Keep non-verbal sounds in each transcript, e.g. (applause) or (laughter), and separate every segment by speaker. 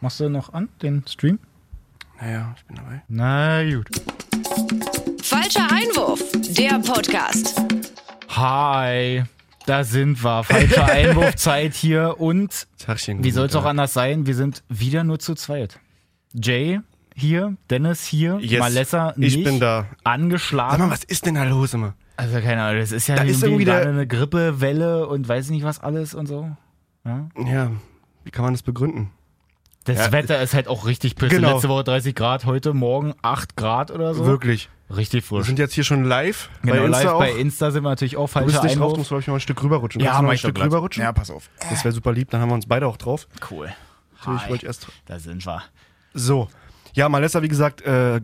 Speaker 1: Machst du noch an, den Stream?
Speaker 2: Naja, ich bin dabei.
Speaker 1: Na gut.
Speaker 3: Falscher Einwurf, der Podcast.
Speaker 1: Hi, da sind wir. (laughs) Falsche Einwurfzeit hier und
Speaker 2: Tachchen.
Speaker 1: wie soll es auch anders sein? Wir sind wieder nur zu zweit. Jay hier, Dennis hier,
Speaker 2: Yes,
Speaker 1: Malessa
Speaker 2: ich
Speaker 1: nicht.
Speaker 2: bin da. Sag
Speaker 1: Angeschlagen.
Speaker 2: mal, was ist denn da los immer?
Speaker 1: Also keine Ahnung, das ist ja
Speaker 2: Da ist irgendwie
Speaker 1: gerade
Speaker 2: der-
Speaker 1: eine Grippewelle und weiß nicht was alles und so.
Speaker 2: Ja, wie kann man das begründen?
Speaker 1: Das
Speaker 2: Ja.
Speaker 1: Wetter ist halt auch richtig pisse.
Speaker 2: Genau.
Speaker 1: Letzte Woche 30 Grad, heute Morgen 8 Grad oder so.
Speaker 2: Wirklich.
Speaker 1: Richtig
Speaker 2: Wir
Speaker 1: frisch.
Speaker 2: sind jetzt hier schon live
Speaker 1: Genau,
Speaker 2: bei Insta
Speaker 1: live
Speaker 2: auch.
Speaker 1: bei Insta sind wir natürlich auch
Speaker 2: du
Speaker 1: falsch
Speaker 2: bist nicht drauf, du musst, glaube ich, noch ein Stück rüberrutschen. Kannst du noch ein Stück rüberrutschen?
Speaker 1: Ja, pass auf.
Speaker 2: Das wäre super lieb, dann haben wir uns beide auch drauf.
Speaker 1: Cool.
Speaker 2: Natürlich wollte ich erst.
Speaker 1: Da sind wir.
Speaker 2: Ne? So. Ja, Malessa, wie gesagt, äh,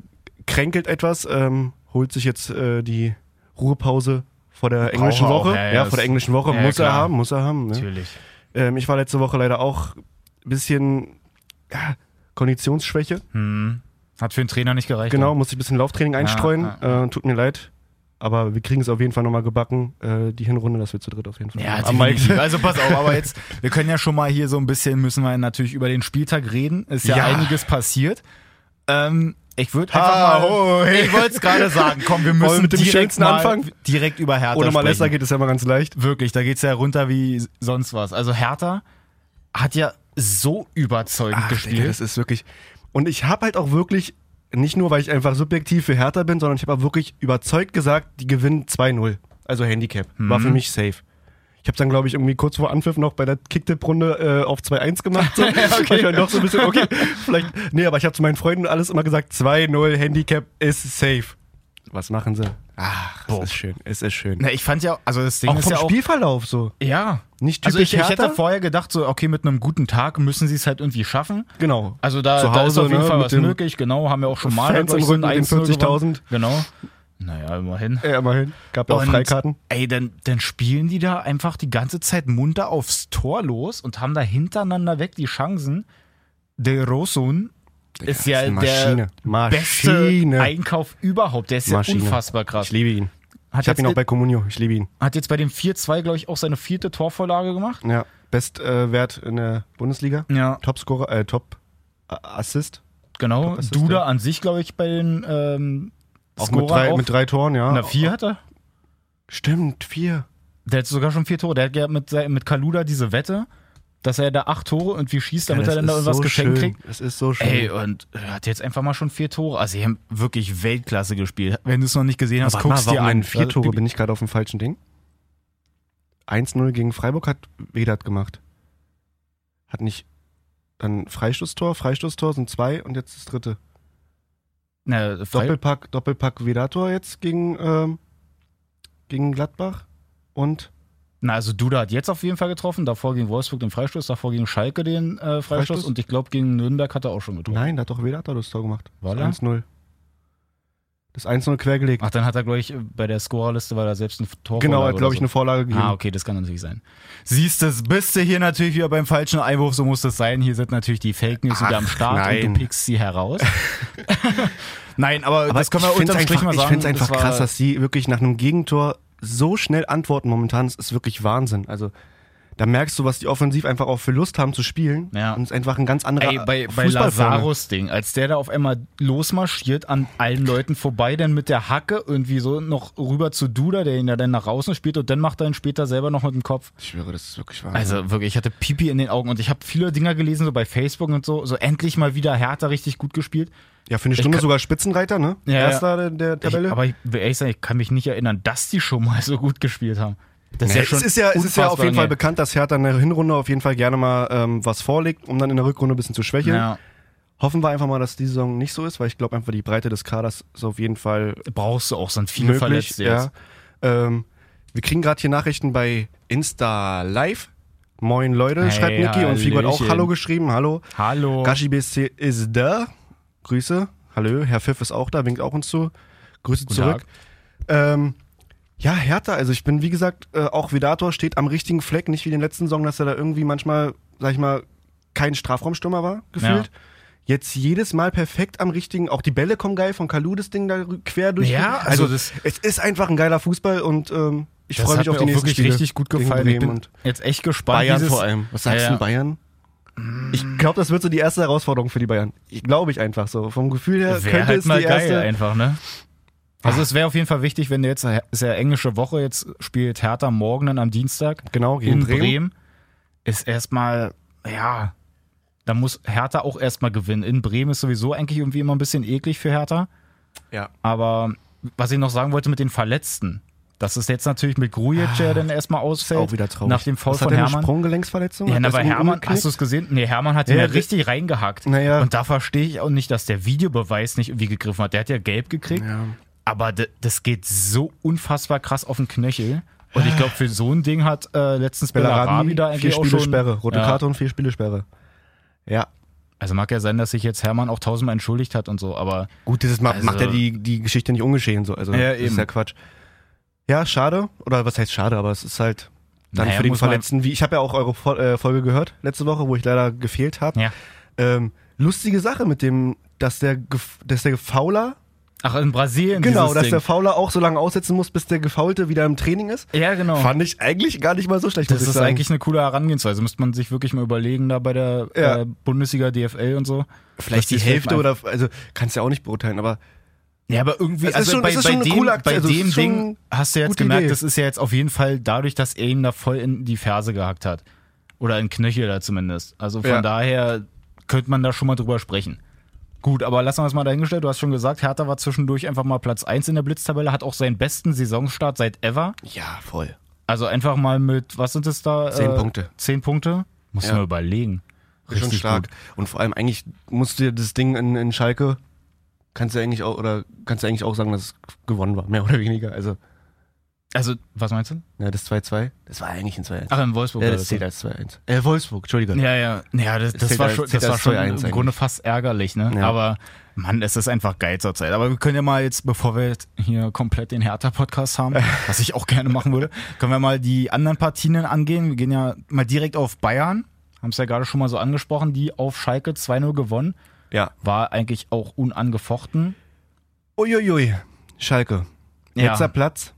Speaker 2: kränkelt etwas, ähm, holt sich jetzt äh, die Ruhepause vor der englischen
Speaker 1: er auch,
Speaker 2: Woche.
Speaker 1: ja, ja,
Speaker 2: vor
Speaker 1: ist-
Speaker 2: der englischen Woche.
Speaker 1: ja,
Speaker 2: muss er
Speaker 1: klar.
Speaker 2: haben, muss er haben. Ne?
Speaker 1: Natürlich.
Speaker 2: Ähm, ich war letzte Woche leider auch ein bisschen ja, Konditionsschwäche.
Speaker 1: Hm. Hat für den Trainer nicht gereicht.
Speaker 2: Genau, muss ich ein bisschen Lauftraining einstreuen.
Speaker 1: Ah,
Speaker 2: Äh, tut mir leid. Aber wir kriegen es auf jeden Fall nochmal gebacken. Äh, die Hinrunde, dass wir zu dritt auf jeden Fall
Speaker 1: ne? Ja,
Speaker 2: am Mike (laughs)
Speaker 1: definitiv. Also pass auf, aber jetzt, wir können ja schon mal hier so ein bisschen, müssen wir natürlich über den Spieltag reden. Ist ja,
Speaker 2: Ja.
Speaker 1: einiges passiert. Ähm, ich würde
Speaker 2: Ha,
Speaker 1: einfach mal,
Speaker 2: hoi.
Speaker 1: ich wollte es gerade sagen, komm, wir
Speaker 2: wir
Speaker 1: müssen
Speaker 2: mit dem
Speaker 1: direkt,
Speaker 2: Schönsten
Speaker 1: mal,
Speaker 2: anfangen?
Speaker 1: direkt über Hertha
Speaker 2: Ohne Malessa
Speaker 1: sprechen.
Speaker 2: geht es ja immer ganz leicht.
Speaker 1: Wirklich, da geht's ja runter wie sonst was. Also Hertha hat ja so überzeugend gespielt.
Speaker 2: Digga, das ist wirklich. Und ich habe halt auch wirklich, nicht nur, weil ich einfach subjektiv für Hertha bin, sondern ich habe auch wirklich überzeugt gesagt, die gewinnen 2-0. Also Handicap. War
Speaker 1: Mhm.
Speaker 2: für mich safe. Ich habe dann, glaube ich, irgendwie kurz vor Anpfiff noch bei der Kicktipp-Runde äh, auf
Speaker 1: (laughs)
Speaker 2: 2-1 gemacht. So. Weil ich dann doch so ein bisschen, okay, vielleicht. Nee, aber ich habe zu meinen Freunden alles immer gesagt, 2-0, Handicap ist safe. Was machen sie? Ach, es
Speaker 1: Boah.
Speaker 2: ist schön, es ist schön.
Speaker 1: Na, ich fand ja, also das Ding
Speaker 2: auch
Speaker 1: ist
Speaker 2: vom
Speaker 1: ja auch.
Speaker 2: Spielverlauf so.
Speaker 1: Ja.
Speaker 2: Nicht typisch
Speaker 1: Also ich, ich
Speaker 2: Hertha.
Speaker 1: hätte vorher gedacht, so, okay, mit einem guten Tag müssen sie es halt irgendwie schaffen.
Speaker 2: Genau.
Speaker 1: Also da,
Speaker 2: Zu
Speaker 1: da ist
Speaker 2: Hause,
Speaker 1: auf jeden
Speaker 2: ne,
Speaker 1: Fall
Speaker 2: mit
Speaker 1: was
Speaker 2: dem
Speaker 1: möglich, genau, haben wir auch schon mal.
Speaker 2: Fans
Speaker 1: glaub ich,
Speaker 2: im Rücken
Speaker 1: so ein
Speaker 2: mit den
Speaker 1: 1-0 gewonnen.
Speaker 2: 40.000.
Speaker 1: Genau. Naja, immerhin.
Speaker 2: Ja, immerhin. Gab ja auch
Speaker 1: Und,
Speaker 2: Freikarten.
Speaker 1: Ey, dann, dann spielen die da einfach die ganze Zeit munter aufs Tor los und haben da hintereinander weg die Chancen. De Rosun ist ja
Speaker 2: ist eine
Speaker 1: der
Speaker 2: Maschine.
Speaker 1: beste
Speaker 2: Maschine.
Speaker 1: Einkauf überhaupt. Der ist ja
Speaker 2: Maschine.
Speaker 1: unfassbar krass.
Speaker 2: Ich liebe ihn.
Speaker 1: Hat
Speaker 2: Ich habe
Speaker 1: jetzt,
Speaker 2: ihn auch bei Comunio. Ich liebe ihn.
Speaker 1: hat jetzt bei dem 4-2, glaube ich, auch seine vierte Torvorlage gemacht.
Speaker 2: Ja. Bestwert äh, in der Bundesliga.
Speaker 1: Ja,
Speaker 2: Topscorer, äh, Top äh, Assist.
Speaker 1: genau.
Speaker 2: Top Assist,
Speaker 1: Duda
Speaker 2: ja.
Speaker 1: an sich, glaube ich, bei den ähm,
Speaker 2: Auch
Speaker 1: Scorern
Speaker 2: mit drei,
Speaker 1: auch.
Speaker 2: mit drei Toren, ja.
Speaker 1: Na, vier hat er.
Speaker 2: Stimmt, vier.
Speaker 1: Der hat sogar schon vier Tore. Der hat ja mit, sein- mit Kaluda diese Wette, dass er da acht Tore irgendwie schießt, damit
Speaker 2: Ja,
Speaker 1: er dann
Speaker 2: das
Speaker 1: da
Speaker 2: ist
Speaker 1: irgendwas
Speaker 2: so
Speaker 1: geschenkt
Speaker 2: schön.
Speaker 1: kriegt.
Speaker 2: Das ist so schön.
Speaker 1: Ey, und er hat jetzt einfach mal schon vier Tore. Also, sie haben wirklich Weltklasse gespielt. Wenn du es noch nicht gesehen hast,
Speaker 2: Aber warte
Speaker 1: guckst
Speaker 2: mal,
Speaker 1: dir
Speaker 2: warum
Speaker 1: an.
Speaker 2: denn vier Tore?
Speaker 1: Also,
Speaker 2: Bin ich gerade auf dem falschen Ding? 1-0 gegen Freiburg hat Vedat gemacht. Hat nicht. Dann Freistoßtor, Freistoßtor sind zwei und jetzt das dritte.
Speaker 1: na, Fre
Speaker 2: Doppelpack, Doppelpack Vedator jetzt gegen, ähm, gegen Gladbach und
Speaker 1: na, also Duda hat jetzt auf jeden Fall getroffen. Davor gegen Wolfsburg den Freistoß, davor gegen Schalke den äh, Freistoß,
Speaker 2: Freistoß?
Speaker 1: und ich glaube, gegen Nürnberg hat er auch schon getroffen.
Speaker 2: Nein, da hat doch Vedator das Tor gemacht.
Speaker 1: War da?
Speaker 2: das 1-0. Das 1-0 quergelegt.
Speaker 1: Ach, dann hat er, glaube ich, bei der Scorerliste, weil er selbst ein Tor
Speaker 2: genau, er hat, glaube ich,
Speaker 1: so.
Speaker 2: eine Vorlage gegeben.
Speaker 1: Ah, okay, das kann natürlich sein. Siehst du, bist du hier natürlich wieder beim falschen Einwurf, so muss das sein. Hier sind natürlich die Fake News wieder am Start und
Speaker 2: nein.
Speaker 1: du pickst sie
Speaker 2: (laughs)
Speaker 1: heraus. nein, aber,
Speaker 2: Aber
Speaker 1: das können wir
Speaker 2: ich
Speaker 1: unterm
Speaker 2: find's
Speaker 1: Strich
Speaker 2: einfach,
Speaker 1: mal
Speaker 2: ich
Speaker 1: sagen.
Speaker 2: find's einfach
Speaker 1: das war-
Speaker 2: krass, dass sie wirklich nach einem Gegentor so schnell antworten momentan. Das ist wirklich Wahnsinn. Also da merkst du, was die offensiv einfach auch für Lust haben zu spielen.
Speaker 1: Ja.
Speaker 2: Und es ist einfach ein ganz anderer
Speaker 1: Ey, bei, bei
Speaker 2: Fußball vorne.
Speaker 1: Lazarus Ding, als der da auf einmal losmarschiert an allen Leuten vorbei, dann mit der Hacke irgendwie so noch rüber zu Duda, der ihn ja dann nach außen spielt und dann macht er ihn später selber noch mit dem Kopf.
Speaker 2: Ich schwöre, das ist wirklich Wahnsinn.
Speaker 1: Also wirklich, ich hatte Pipi in den Augen und ich habe viele Dinger gelesen, so bei Facebook und so, so endlich mal wieder Hertha richtig gut gespielt.
Speaker 2: ja, für eine Stunde
Speaker 1: kann-
Speaker 2: sogar Spitzenreiter, ne?
Speaker 1: Ja, ja.
Speaker 2: Erster der, der
Speaker 1: Ich,
Speaker 2: Tabelle.
Speaker 1: aber ich will ehrlich sagen, ich kann mich nicht erinnern, dass die schon mal so gut gespielt haben. Das ist ja
Speaker 2: es,
Speaker 1: schon
Speaker 2: ist ja, es ist ja auf
Speaker 1: unfassbar
Speaker 2: jeden Fall
Speaker 1: lange.
Speaker 2: bekannt, dass Hertha in der Hinrunde auf jeden Fall gerne mal ähm, was vorlegt, um dann in der Rückrunde ein bisschen zu schwächeln.
Speaker 1: Ja,
Speaker 2: Hoffen wir einfach mal, dass die Saison nicht so ist, weil ich glaube einfach, die Breite des Kaders ist auf jeden Fall
Speaker 1: brauchst du auch, sind viele
Speaker 2: möglich.
Speaker 1: verletzt jetzt.
Speaker 2: ja. ähm, wir kriegen gerade hier Nachrichten bei Insta Live. Moin Leute,
Speaker 1: Hey,
Speaker 2: schreibt Niki und Figo hat auch
Speaker 1: Hallöchen.
Speaker 2: Hallo geschrieben. Hallo.
Speaker 1: Hallo.
Speaker 2: Gashi BSC ist da. Grüße. Hallo. Herr Pfiff ist auch da, winkt auch uns zu. Grüße
Speaker 1: Guten
Speaker 2: zurück.
Speaker 1: Tag.
Speaker 2: Ähm, ja, Hertha, also ich bin, wie gesagt, äh, auch Vedator steht am richtigen Fleck, nicht wie den letzten Song, dass er da irgendwie manchmal, sag ich mal, kein Strafraumstürmer war, gefühlt.
Speaker 1: Ja.
Speaker 2: Jetzt jedes Mal perfekt am richtigen, auch die Bälle kommen geil von Kalu, das Ding da rü- quer durch.
Speaker 1: Ja, also das-
Speaker 2: es ist einfach ein geiler Fußball und ähm, ich
Speaker 1: Das
Speaker 2: freue
Speaker 1: hat
Speaker 2: mich auf
Speaker 1: mir
Speaker 2: die
Speaker 1: auch
Speaker 2: nächsten
Speaker 1: wirklich
Speaker 2: Spiele
Speaker 1: richtig gut
Speaker 2: gegen
Speaker 1: gefallen. Ich
Speaker 2: Bremen
Speaker 1: bin
Speaker 2: und
Speaker 1: jetzt echt gespannt.
Speaker 2: Bayern
Speaker 1: dieses,
Speaker 2: vor allem. Was sagst
Speaker 1: Ja,
Speaker 2: du
Speaker 1: ja.
Speaker 2: Bayern? Ich glaube, das wird so die erste Herausforderung für die Bayern. Ich glaube ich einfach so. Vom Gefühl her
Speaker 1: Wäre
Speaker 2: könnte
Speaker 1: halt
Speaker 2: es
Speaker 1: mal
Speaker 2: die
Speaker 1: geil
Speaker 2: erste. Ah.
Speaker 1: einfach, ne? Also es wäre auf jeden Fall wichtig, wenn du jetzt, ist ja englische Woche, jetzt spielt Hertha morgen dann am Dienstag
Speaker 2: Genau,
Speaker 1: in,
Speaker 2: gegen
Speaker 1: Bremen.
Speaker 2: Bremen.
Speaker 1: Ist erstmal, ja, da muss Hertha auch erstmal gewinnen. In Bremen ist sowieso eigentlich irgendwie immer ein bisschen eklig für Hertha.
Speaker 2: Ja.
Speaker 1: Aber was ich noch sagen wollte mit den Verletzten, das ist jetzt natürlich mit Grujic, der dann erstmal ausfällt.
Speaker 2: Ah, Auch wieder traurig.
Speaker 1: Nach dem Foul
Speaker 2: Was hat
Speaker 1: von
Speaker 2: der, eine
Speaker 1: Hermann.
Speaker 2: Sprunggelenksverletzung?
Speaker 1: Ja,
Speaker 2: Hat
Speaker 1: na,
Speaker 2: das
Speaker 1: bei
Speaker 2: irgendwie
Speaker 1: Hermann,
Speaker 2: umgeknickt?
Speaker 1: hast du es gesehen? Nee, Hermann hat ihn
Speaker 2: Ja,
Speaker 1: ja
Speaker 2: der-
Speaker 1: richtig reingehackt.
Speaker 2: Naja.
Speaker 1: Und da verstehe ich auch nicht, dass der Videobeweis nicht irgendwie gegriffen hat. Der hat ja gelb gekriegt,
Speaker 2: Ja.
Speaker 1: aber d- das geht so unfassbar krass auf den Knöchel. Und ich glaube, für so ein Ding hat äh, letztens Bellarabi
Speaker 2: Bellarabi,
Speaker 1: da
Speaker 2: vier
Speaker 1: eigentlich auch
Speaker 2: Spiele
Speaker 1: schon...
Speaker 2: Sperre. Rote
Speaker 1: ja.
Speaker 2: Karte und vier Spiele Sperre. Ja.
Speaker 1: Also mag ja sein, dass sich jetzt Hermann auch tausendmal entschuldigt hat und so, aber
Speaker 2: Gut, dieses Ma
Speaker 1: Also-
Speaker 2: macht ja die, die Geschichte nicht ungeschehen. So. Also,
Speaker 1: Ja,
Speaker 2: das
Speaker 1: eben.
Speaker 2: ist ja Quatsch. Ja, schade. Oder was heißt schade, aber es ist halt dann
Speaker 1: Naja,
Speaker 2: für den
Speaker 1: muss man-
Speaker 2: Verletzten, wie ich habe ja auch eure Fol- äh, Folge gehört letzte Woche, wo ich leider gefehlt habe.
Speaker 1: ja.
Speaker 2: Ähm, lustige Sache mit dem, dass der, Gef- dass der Fauler,
Speaker 1: Ach, in Brasilien
Speaker 2: genau, dass
Speaker 1: dieses
Speaker 2: der
Speaker 1: Ding.
Speaker 2: Fauler auch so lange aussetzen muss, bis der Gefaulte wieder im Training ist.
Speaker 1: Ja, genau.
Speaker 2: Fand ich eigentlich gar nicht mal so schlecht.
Speaker 1: das
Speaker 2: muss ich
Speaker 1: ist
Speaker 2: sagen.
Speaker 1: eigentlich eine coole Herangehensweise. Müsste man sich wirklich mal überlegen, da bei der
Speaker 2: Ja.
Speaker 1: äh, Bundesliga, DFL und so.
Speaker 2: vielleicht die
Speaker 1: Dass die's
Speaker 2: Hälfte
Speaker 1: helfen.
Speaker 2: oder also kannst ja auch nicht beurteilen, aber
Speaker 1: Ja, aber irgendwie,
Speaker 2: Es ist
Speaker 1: also
Speaker 2: schon-
Speaker 1: bei,
Speaker 2: es ist
Speaker 1: bei
Speaker 2: schon eine
Speaker 1: dem,
Speaker 2: coole Aktion,
Speaker 1: bei
Speaker 2: also es
Speaker 1: dem
Speaker 2: ist schon
Speaker 1: Ding hast du jetzt
Speaker 2: gute
Speaker 1: gemerkt,
Speaker 2: Idee.
Speaker 1: das ist ja jetzt auf jeden Fall dadurch, dass er ihn da voll in die Ferse gehackt hat. Oder in Knöchel da zumindest. Also von
Speaker 2: Ja.
Speaker 1: daher könnte man da schon mal drüber sprechen. Gut, aber lassen wir es mal dahingestellt. Du hast schon gesagt, Hertha war zwischendurch einfach mal Platz 1 in der Blitztabelle, hat auch seinen besten Saisonstart seit ever.
Speaker 2: ja, voll.
Speaker 1: Also einfach mal mit, was sind es da? Äh,
Speaker 2: Zehn Punkte.
Speaker 1: Zehn Punkte? Muss
Speaker 2: Ja.
Speaker 1: man überlegen.
Speaker 2: Ist schon
Speaker 1: Richtig
Speaker 2: stark.
Speaker 1: gut.
Speaker 2: Und vor allem eigentlich musst du dir das Ding in, in Schalke kannst du eigentlich auch oder kannst du eigentlich auch sagen, dass es gewonnen war, mehr (laughs) oder weniger. Also,
Speaker 1: Also, was meinst du?
Speaker 2: ja, das 2-2, das war eigentlich ein 2-1.
Speaker 1: Ach, in Wolfsburg.
Speaker 2: Ja,
Speaker 1: war
Speaker 2: das
Speaker 1: das,
Speaker 2: zählt als 2-1. Äh, Wolfsburg, Entschuldigung.
Speaker 1: Ja, ja, ja, das, das
Speaker 2: zählt
Speaker 1: war
Speaker 2: als-
Speaker 1: schon,
Speaker 2: zählt
Speaker 1: das war
Speaker 2: als
Speaker 1: schon
Speaker 2: 2-1
Speaker 1: im Grunde fast ärgerlich, ne?
Speaker 2: Ja.
Speaker 1: Aber Mann, es ist einfach geil zur Zeit. Aber wir können ja mal jetzt, bevor wir jetzt hier komplett den Hertha-Podcast
Speaker 2: (laughs)
Speaker 1: haben, was ich auch gerne machen würde, können wir mal die anderen Partien angehen. Wir gehen ja mal direkt auf Bayern, haben es ja gerade schon mal so angesprochen, die auf Schalke 2-0 gewonnen.
Speaker 2: ja.
Speaker 1: War eigentlich auch unangefochten.
Speaker 2: Uiuiui, Schalke.
Speaker 1: Ja.
Speaker 2: Letzter Platz,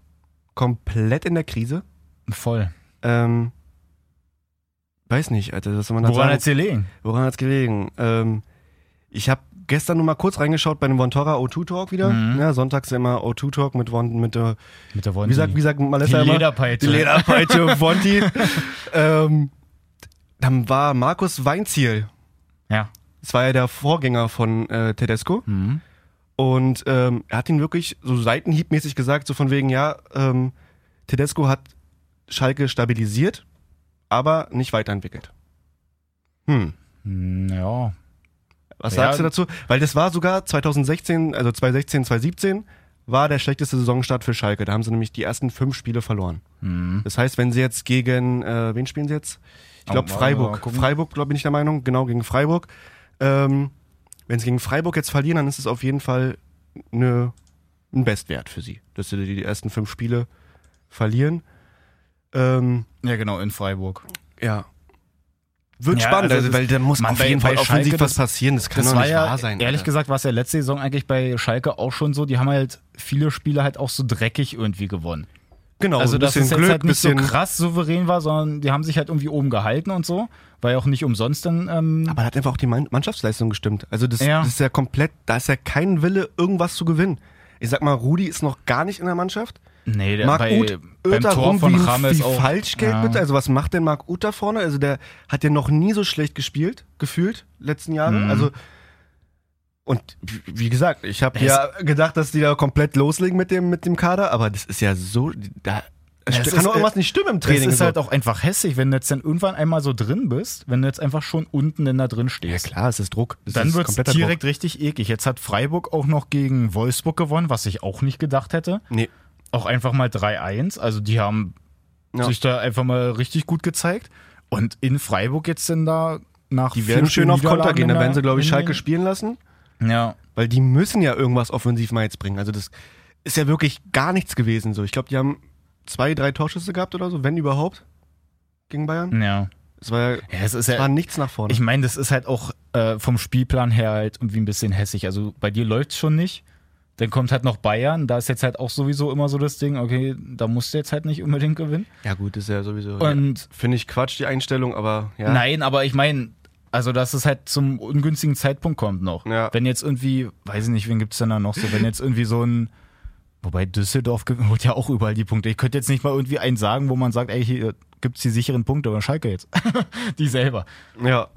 Speaker 2: komplett in der Krise.
Speaker 1: Voll.
Speaker 2: Ähm, weiß nicht, Alter, was soll man da
Speaker 1: Woran
Speaker 2: sagen?
Speaker 1: hat's gelegen?
Speaker 2: Woran hat's gelegen? Ähm, ich habe gestern nur mal kurz reingeschaut bei dem Vontora O2 Talk wieder.
Speaker 1: Mhm.
Speaker 2: Ja, sonntags immer O2 Talk mit Von, mit der,
Speaker 1: Mit der
Speaker 2: wie sagt, wie sagt Malessa
Speaker 1: Die
Speaker 2: immer?
Speaker 1: Lederpeitsche.
Speaker 2: Die
Speaker 1: (laughs)
Speaker 2: Lederpeitsche Vonti. ähm, dann war Markus Weinziel.
Speaker 1: Ja.
Speaker 2: Das war ja der Vorgänger von äh, Tedesco.
Speaker 1: Mhm.
Speaker 2: Und ähm, er hat ihn wirklich so seitenhiebmäßig gesagt, so von wegen, ja, ähm, Tedesco hat Schalke stabilisiert, aber nicht weiterentwickelt. Hm.
Speaker 1: Hm, Ja.
Speaker 2: Was
Speaker 1: Ja.
Speaker 2: sagst du dazu? Weil das war sogar 2016, also 2016, 2017 war der schlechteste Saisonstart für Schalke. Da haben sie nämlich die ersten fünf Spiele verloren.
Speaker 1: Hm.
Speaker 2: Das heißt, wenn sie jetzt gegen, äh, wen spielen sie jetzt? Ich
Speaker 1: Oh,
Speaker 2: glaube
Speaker 1: warte, mal
Speaker 2: Freiburg.
Speaker 1: gucken.
Speaker 2: Freiburg, glaube bin ich der Meinung. Genau, gegen Freiburg. Ähm, wenn sie gegen Freiburg jetzt verlieren, dann ist es auf jeden Fall eine, ein Bestwert für sie, dass sie die die ersten fünf Spiele verlieren. Ähm,
Speaker 1: Ja, genau, in Freiburg.
Speaker 2: ja. Wird
Speaker 1: Ja,
Speaker 2: spannend,
Speaker 1: also
Speaker 2: also,
Speaker 1: das-
Speaker 2: weil da muss
Speaker 1: Mann,
Speaker 2: auf
Speaker 1: bei-
Speaker 2: jeden Fall
Speaker 1: bei
Speaker 2: offensiv
Speaker 1: Schalke,
Speaker 2: was
Speaker 1: das-
Speaker 2: passieren. Das kann
Speaker 1: Das
Speaker 2: doch
Speaker 1: war
Speaker 2: nicht
Speaker 1: ja,
Speaker 2: wahr sein.
Speaker 1: ehrlich
Speaker 2: Alter.
Speaker 1: gesagt, war es ja letzte Saison eigentlich bei Schalke auch schon so. Die haben halt viele Spiele halt auch so dreckig irgendwie gewonnen.
Speaker 2: Genau,
Speaker 1: Also,
Speaker 2: ein
Speaker 1: dass es
Speaker 2: bisschen
Speaker 1: jetzt
Speaker 2: Glück,
Speaker 1: halt nicht so
Speaker 2: bisschen
Speaker 1: krass souverän war, sondern die haben sich halt irgendwie oben gehalten und so. War ja auch nicht umsonst dann. Ähm,
Speaker 2: Aber da hat einfach auch die Mann- Mannschaftsleistung gestimmt. Also das,
Speaker 1: Ja.
Speaker 2: das ist ja komplett, da ist ja kein Wille, irgendwas zu gewinnen. Ich sag mal, Rudi ist noch gar nicht in der Mannschaft.
Speaker 1: nee, der,
Speaker 2: Marc
Speaker 1: bei,
Speaker 2: Uth
Speaker 1: beim
Speaker 2: irrt da
Speaker 1: Tor
Speaker 2: rum
Speaker 1: von
Speaker 2: wie, ein-
Speaker 1: Rames
Speaker 2: wie
Speaker 1: auch.
Speaker 2: Falschgeld
Speaker 1: ja.
Speaker 2: bitte. Also was macht denn Marc Uth da vorne? Also der hat ja noch nie so schlecht gespielt, gefühlt, letzten Jahre.
Speaker 1: Mhm.
Speaker 2: Also und wie- wie gesagt, ich habe
Speaker 1: Es-
Speaker 2: ja gedacht, dass die da komplett loslegen mit dem, mit dem Kader, aber das ist ja so, da
Speaker 1: Es
Speaker 2: kann
Speaker 1: ist,
Speaker 2: doch irgendwas
Speaker 1: äh,
Speaker 2: nicht stimmen im
Speaker 1: Das
Speaker 2: Training.
Speaker 1: ist
Speaker 2: so.
Speaker 1: halt auch einfach hässlich, wenn du jetzt dann irgendwann einmal so drin bist, wenn du jetzt einfach schon unten denn da drin
Speaker 2: ja
Speaker 1: stehst.
Speaker 2: klar, es ist Druck. Es
Speaker 1: dann
Speaker 2: ist
Speaker 1: wird es
Speaker 2: kompletter Druck.
Speaker 1: direkt richtig eklig. Jetzt hat Freiburg auch noch gegen Wolfsburg gewonnen, was ich auch nicht gedacht hätte.
Speaker 2: Nee.
Speaker 1: auch einfach mal 3-1. Also die haben
Speaker 2: Ja.
Speaker 1: sich da einfach mal richtig gut gezeigt. Und in Freiburg jetzt denn da nach
Speaker 2: Die werden
Speaker 1: vier
Speaker 2: schön auf Konter
Speaker 1: Niederlagen
Speaker 2: gehen, da
Speaker 1: in
Speaker 2: werden sie,
Speaker 1: der-
Speaker 2: glaube ich,
Speaker 1: in
Speaker 2: Schalke
Speaker 1: den-
Speaker 2: spielen lassen.
Speaker 1: Ja.
Speaker 2: Weil die müssen ja irgendwas offensiv mal jetzt bringen. Also das ist ja wirklich gar nichts gewesen so. Ich glaube, die haben zwei, drei Torschüsse gehabt oder so, wenn überhaupt, gegen Bayern.
Speaker 1: ja.
Speaker 2: Es war, ja,
Speaker 1: Ja, es ist
Speaker 2: es war
Speaker 1: Mhm. ja,
Speaker 2: nichts nach vorne.
Speaker 1: ich meine, das ist halt auch äh, vom Spielplan her halt irgendwie ein bisschen hässlich. Also bei dir läuft schon nicht. Dann kommt halt noch Bayern. Da ist jetzt halt auch sowieso immer so das Ding, okay, da musst du jetzt halt nicht unbedingt gewinnen.
Speaker 2: ja gut, ist ja sowieso.
Speaker 1: Und
Speaker 2: Finde ich Quatsch, die Einstellung, aber ja.
Speaker 1: Nein, aber ich meine, Also, dass es halt zum ungünstigen Zeitpunkt kommt noch.
Speaker 2: Ja.
Speaker 1: Wenn jetzt irgendwie, weiß ich nicht, wen gibt's denn da noch so, wenn jetzt irgendwie so ein. Wobei Düsseldorf ge- holt ja auch überall die Punkte. Ich könnte jetzt nicht mal irgendwie einen sagen, wo man sagt, ey, hier gibt's die sicheren Punkte, aber Schalke jetzt. (laughs) die selber.
Speaker 2: Ja.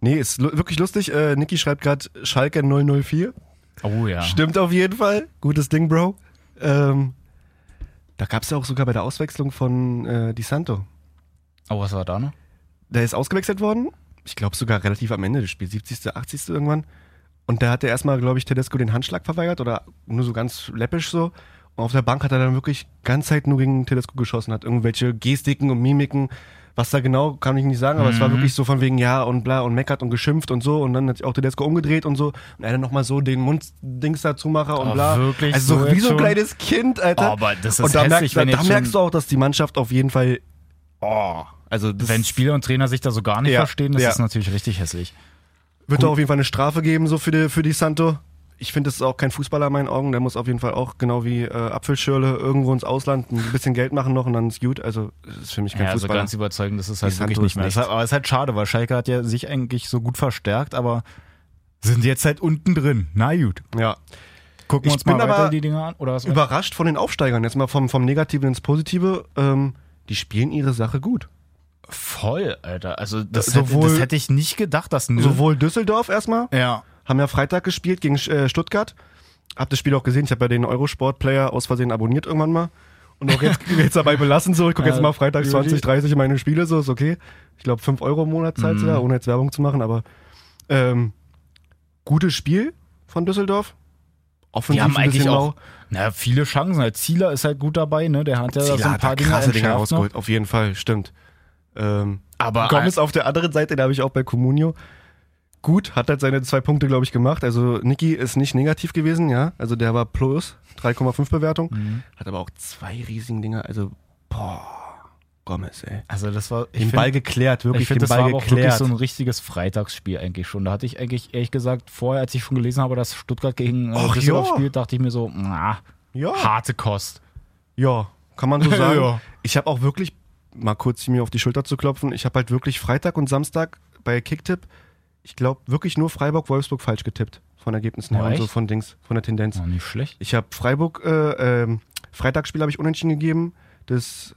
Speaker 2: Nee, ist lu- wirklich lustig. Äh, Niki schreibt gerade Schalke 004.
Speaker 1: Oh ja.
Speaker 2: Stimmt auf jeden Fall. Gutes Ding, Bro. Ähm, da gab es ja auch sogar bei der Auswechslung von äh, Di Santo.
Speaker 1: Aber oh, was war da noch?
Speaker 2: Der ist ausgewechselt worden. Ich glaube sogar relativ am Ende des Spiels, 70., 80. irgendwann. Und da hat er erstmal, glaube ich, Tedesco den Handschlag verweigert oder nur so ganz läppisch so. Und auf der Bank hat er dann wirklich ganze Zeit nur gegen Tedesco geschossen, hat irgendwelche Gestiken und Mimiken. Was da genau, kann ich nicht sagen, aber es
Speaker 1: Mhm.
Speaker 2: war wirklich so von wegen ja und bla und meckert und geschimpft und so. Und dann hat sich auch Tedesco umgedreht und so. Und er dann nochmal so den Munddings dazu mache und
Speaker 1: Oh,
Speaker 2: bla.
Speaker 1: wirklich
Speaker 2: also
Speaker 1: so
Speaker 2: so wie
Speaker 1: jetzt
Speaker 2: so ein
Speaker 1: schon?
Speaker 2: kleines Kind, Alter.
Speaker 1: Aber das ist
Speaker 2: und da,
Speaker 1: hässlich, wenn
Speaker 2: merkst, da,
Speaker 1: jetzt
Speaker 2: da
Speaker 1: schon-
Speaker 2: merkst du auch, dass die Mannschaft auf jeden Fall. Oh, also das
Speaker 1: Wenn Spieler und Trainer sich da so gar nicht
Speaker 2: Ja.
Speaker 1: verstehen, das
Speaker 2: Ja.
Speaker 1: ist natürlich richtig hässlich.
Speaker 2: Wird da auf jeden Fall eine Strafe geben, so für die, für die Santo. Ich finde, das ist auch kein Fußballer in meinen Augen. Der muss auf jeden Fall auch, genau wie äh, Apfelschirle, irgendwo ins Ausland ein bisschen Geld machen noch und dann ist gut. Also, das ist für mich kein
Speaker 1: Ja, also
Speaker 2: Fußballer.
Speaker 1: ganz überzeugend, das ist halt
Speaker 2: Die
Speaker 1: wirklich
Speaker 2: Santos
Speaker 1: nicht mehr.
Speaker 2: nicht.
Speaker 1: Es ist halt- Aber es ist halt schade, weil Schalke hat ja sich eigentlich so gut verstärkt, aber sind jetzt halt unten drin. Na gut.
Speaker 2: ja.
Speaker 1: Gucken
Speaker 2: Ich
Speaker 1: wir uns mal
Speaker 2: bin
Speaker 1: weiter
Speaker 2: aber
Speaker 1: die Dinger an. Oder was
Speaker 2: Überrascht von den Aufsteigern. Jetzt mal vom, vom Negativen ins Positive. Ähm, die spielen ihre Sache gut.
Speaker 1: Voll, Alter. Also das,
Speaker 2: Sowohl-
Speaker 1: hätte, das hätte ich nicht gedacht, dass nur
Speaker 2: Sowohl Düsseldorf erstmal,
Speaker 1: ja.
Speaker 2: haben ja Freitag gespielt gegen äh, Stuttgart. Hab das Spiel auch gesehen. Ich habe ja den Eurosport-Player aus Versehen abonniert irgendwann mal. Und
Speaker 1: (laughs)
Speaker 2: auch jetzt, jetzt dabei belassen so. Ich gucke jetzt
Speaker 1: Ja,
Speaker 2: mal freitags
Speaker 1: Juli.
Speaker 2: 20, 30 meine Spiele, so ist okay. Ich glaube, 5 Euro im Monat zahlst du da,
Speaker 1: Mhm.
Speaker 2: ohne jetzt Werbung zu machen, aber ähm, gutes Spiel von Düsseldorf. Offensiv
Speaker 1: Die haben
Speaker 2: ein
Speaker 1: eigentlich
Speaker 2: bisschen
Speaker 1: auch
Speaker 2: mau.
Speaker 1: na, viele Chancen. Als Zieler ist halt gut dabei, ne? Der hat ja
Speaker 2: Ziele
Speaker 1: so ein
Speaker 2: hat da
Speaker 1: paar Dinge
Speaker 2: krasse Dinge
Speaker 1: entschärft ne? noch.
Speaker 2: rausgeholt, auf jeden Fall, stimmt. Ähm,
Speaker 1: Aber
Speaker 2: Gomez auf der anderen Seite, da habe ich auch bei Comunio. Gut, hat halt seine zwei Punkte, glaube ich, gemacht. Also Niki ist nicht negativ gewesen, ja. Also der war plus, 3,5 Bewertung.
Speaker 1: Mhm.
Speaker 2: Hat aber auch zwei riesigen Dinger. Also, boah, Gomez, ey.
Speaker 1: also das war ich
Speaker 2: Den
Speaker 1: find-
Speaker 2: Ball geklärt, wirklich
Speaker 1: Ich finde,
Speaker 2: den
Speaker 1: das war
Speaker 2: Ball
Speaker 1: aber auch wirklich
Speaker 2: geklärt.
Speaker 1: so ein richtiges Freitagsspiel eigentlich schon. Da hatte ich eigentlich ehrlich gesagt vorher, als ich schon gelesen habe, dass Stuttgart gegen äh,
Speaker 2: Ach,
Speaker 1: Düsseldorf
Speaker 2: ja.
Speaker 1: spielt, dachte ich mir so, na,
Speaker 2: ja.
Speaker 1: harte Kost.
Speaker 2: ja,
Speaker 1: (laughs)
Speaker 2: kann man so sagen.
Speaker 1: Ja.
Speaker 2: Ich habe auch wirklich, mal kurz mir auf die Schulter zu klopfen, ich habe halt wirklich Freitag und Samstag bei Kicktipp, ich glaube, wirklich nur Freiburg-Wolfsburg falsch getippt. Von Ergebnissen
Speaker 1: Oh,
Speaker 2: her und so
Speaker 1: echt?
Speaker 2: von Dings, von der Tendenz.
Speaker 1: Ja, nicht schlecht.
Speaker 2: Ich habe Freiburg, äh, ähm, Freitagsspiel habe ich unentschieden gegeben. Das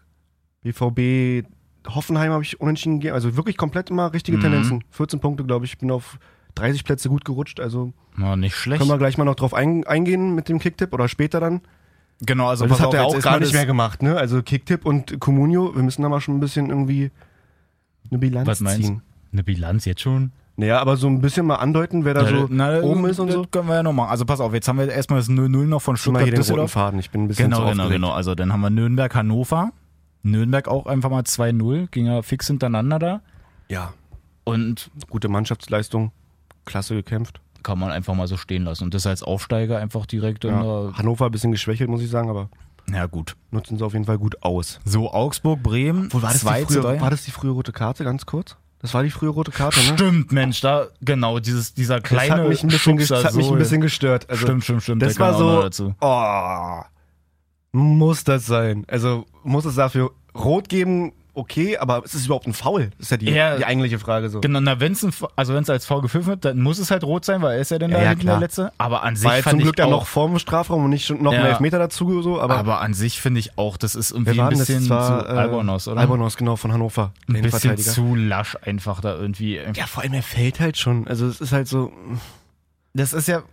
Speaker 2: BVB Hoffenheim habe ich unentschieden gegeben. Also wirklich komplett immer richtige
Speaker 1: Mhm.
Speaker 2: Tendenzen. 14 Punkte, glaube ich. Ich bin auf 30 Plätze gut gerutscht. Also
Speaker 1: Na, nicht schlecht.
Speaker 2: können wir gleich mal noch drauf ein, eingehen mit dem Kicktipp oder später dann.
Speaker 1: Genau, also
Speaker 2: Weil das
Speaker 1: pass
Speaker 2: hat er
Speaker 1: auf,
Speaker 2: auch
Speaker 1: jetzt
Speaker 2: gar
Speaker 1: erstmal
Speaker 2: nicht mehr
Speaker 1: das-
Speaker 2: gemacht. Ne? Also Kicktipp und Comunio, wir müssen da mal schon ein bisschen irgendwie eine Bilanz
Speaker 1: Was meinst du?
Speaker 2: ziehen.
Speaker 1: Eine Bilanz jetzt schon?
Speaker 2: Naja, aber so ein bisschen mal andeuten, wer da
Speaker 1: Ja,
Speaker 2: so
Speaker 1: na,
Speaker 2: oben ist und
Speaker 1: das
Speaker 2: so.
Speaker 1: können wir ja noch machen. Also pass auf, jetzt haben wir erstmal das 0-0 noch von
Speaker 2: Schon mal hier den roten
Speaker 1: Stuttgart-Düsseldorf.
Speaker 2: Faden. Ich bin ein bisschen zu
Speaker 1: Genau, genau,
Speaker 2: aufgeregt.
Speaker 1: genau. Also dann haben wir Nürnberg-Hannover. Nürnberg auch einfach mal 2-0, ging ja fix hintereinander da.
Speaker 2: Ja,
Speaker 1: Und
Speaker 2: gute Mannschaftsleistung, klasse gekämpft.
Speaker 1: kann man einfach mal so stehen lassen. Und das als Aufsteiger einfach direkt in
Speaker 2: Ja.
Speaker 1: der.
Speaker 2: Hannover ein bisschen geschwächelt, muss ich sagen, aber
Speaker 1: Na gut.
Speaker 2: nutzen sie auf jeden Fall gut aus.
Speaker 1: So, Augsburg, Bremen,
Speaker 2: Obwohl, war, das
Speaker 1: 2
Speaker 2: die
Speaker 1: zu
Speaker 2: frühe,
Speaker 1: 3.
Speaker 2: war das die frühe rote Karte, ganz kurz? Das war die frühe rote
Speaker 1: (laughs)
Speaker 2: Karte, ne?
Speaker 1: Stimmt, Mensch, da, genau, dieses, dieser
Speaker 2: Das
Speaker 1: kleine.
Speaker 2: hat mich ein bisschen, gest- das hat mich
Speaker 1: Schubser-Sohl.
Speaker 2: ein bisschen gestört. Also,
Speaker 1: stimmt, stimmt, stimmt.
Speaker 2: Das
Speaker 1: der kam auch
Speaker 2: war
Speaker 1: noch
Speaker 2: so.
Speaker 1: Dazu.
Speaker 2: Oh, muss das sein? Also, muss es dafür rot geben? Okay, aber ist es überhaupt ein Foul? Das ist ja die,
Speaker 1: Ja.
Speaker 2: die eigentliche Frage so.
Speaker 1: Genau, na, wenn es also wenn's als V gepfiffen wird, dann muss es halt rot sein, weil er ist ja dann
Speaker 2: Ja,
Speaker 1: da
Speaker 2: ja,
Speaker 1: hinten
Speaker 2: klar.
Speaker 1: der Letzte. Aber an sich
Speaker 2: War jetzt
Speaker 1: fand
Speaker 2: zum Glück
Speaker 1: ich
Speaker 2: dann
Speaker 1: auch,
Speaker 2: noch vorm Strafraum und nicht schon noch
Speaker 1: Ja.
Speaker 2: ein Elfmeter dazu, so, aber.
Speaker 1: Aber an sich finde ich auch, das ist
Speaker 2: wer
Speaker 1: irgendwie
Speaker 2: war
Speaker 1: ein
Speaker 2: denn das?
Speaker 1: bisschen
Speaker 2: Das war,
Speaker 1: zu
Speaker 2: äh,
Speaker 1: Albonos, oder?
Speaker 2: Albonos, genau, von Hannover.
Speaker 1: Ein bisschen
Speaker 2: Innenverteidiger.
Speaker 1: zu lasch einfach da irgendwie.
Speaker 2: Ja, vor allem er fällt halt schon. Also es ist halt so.
Speaker 1: Das ist ja,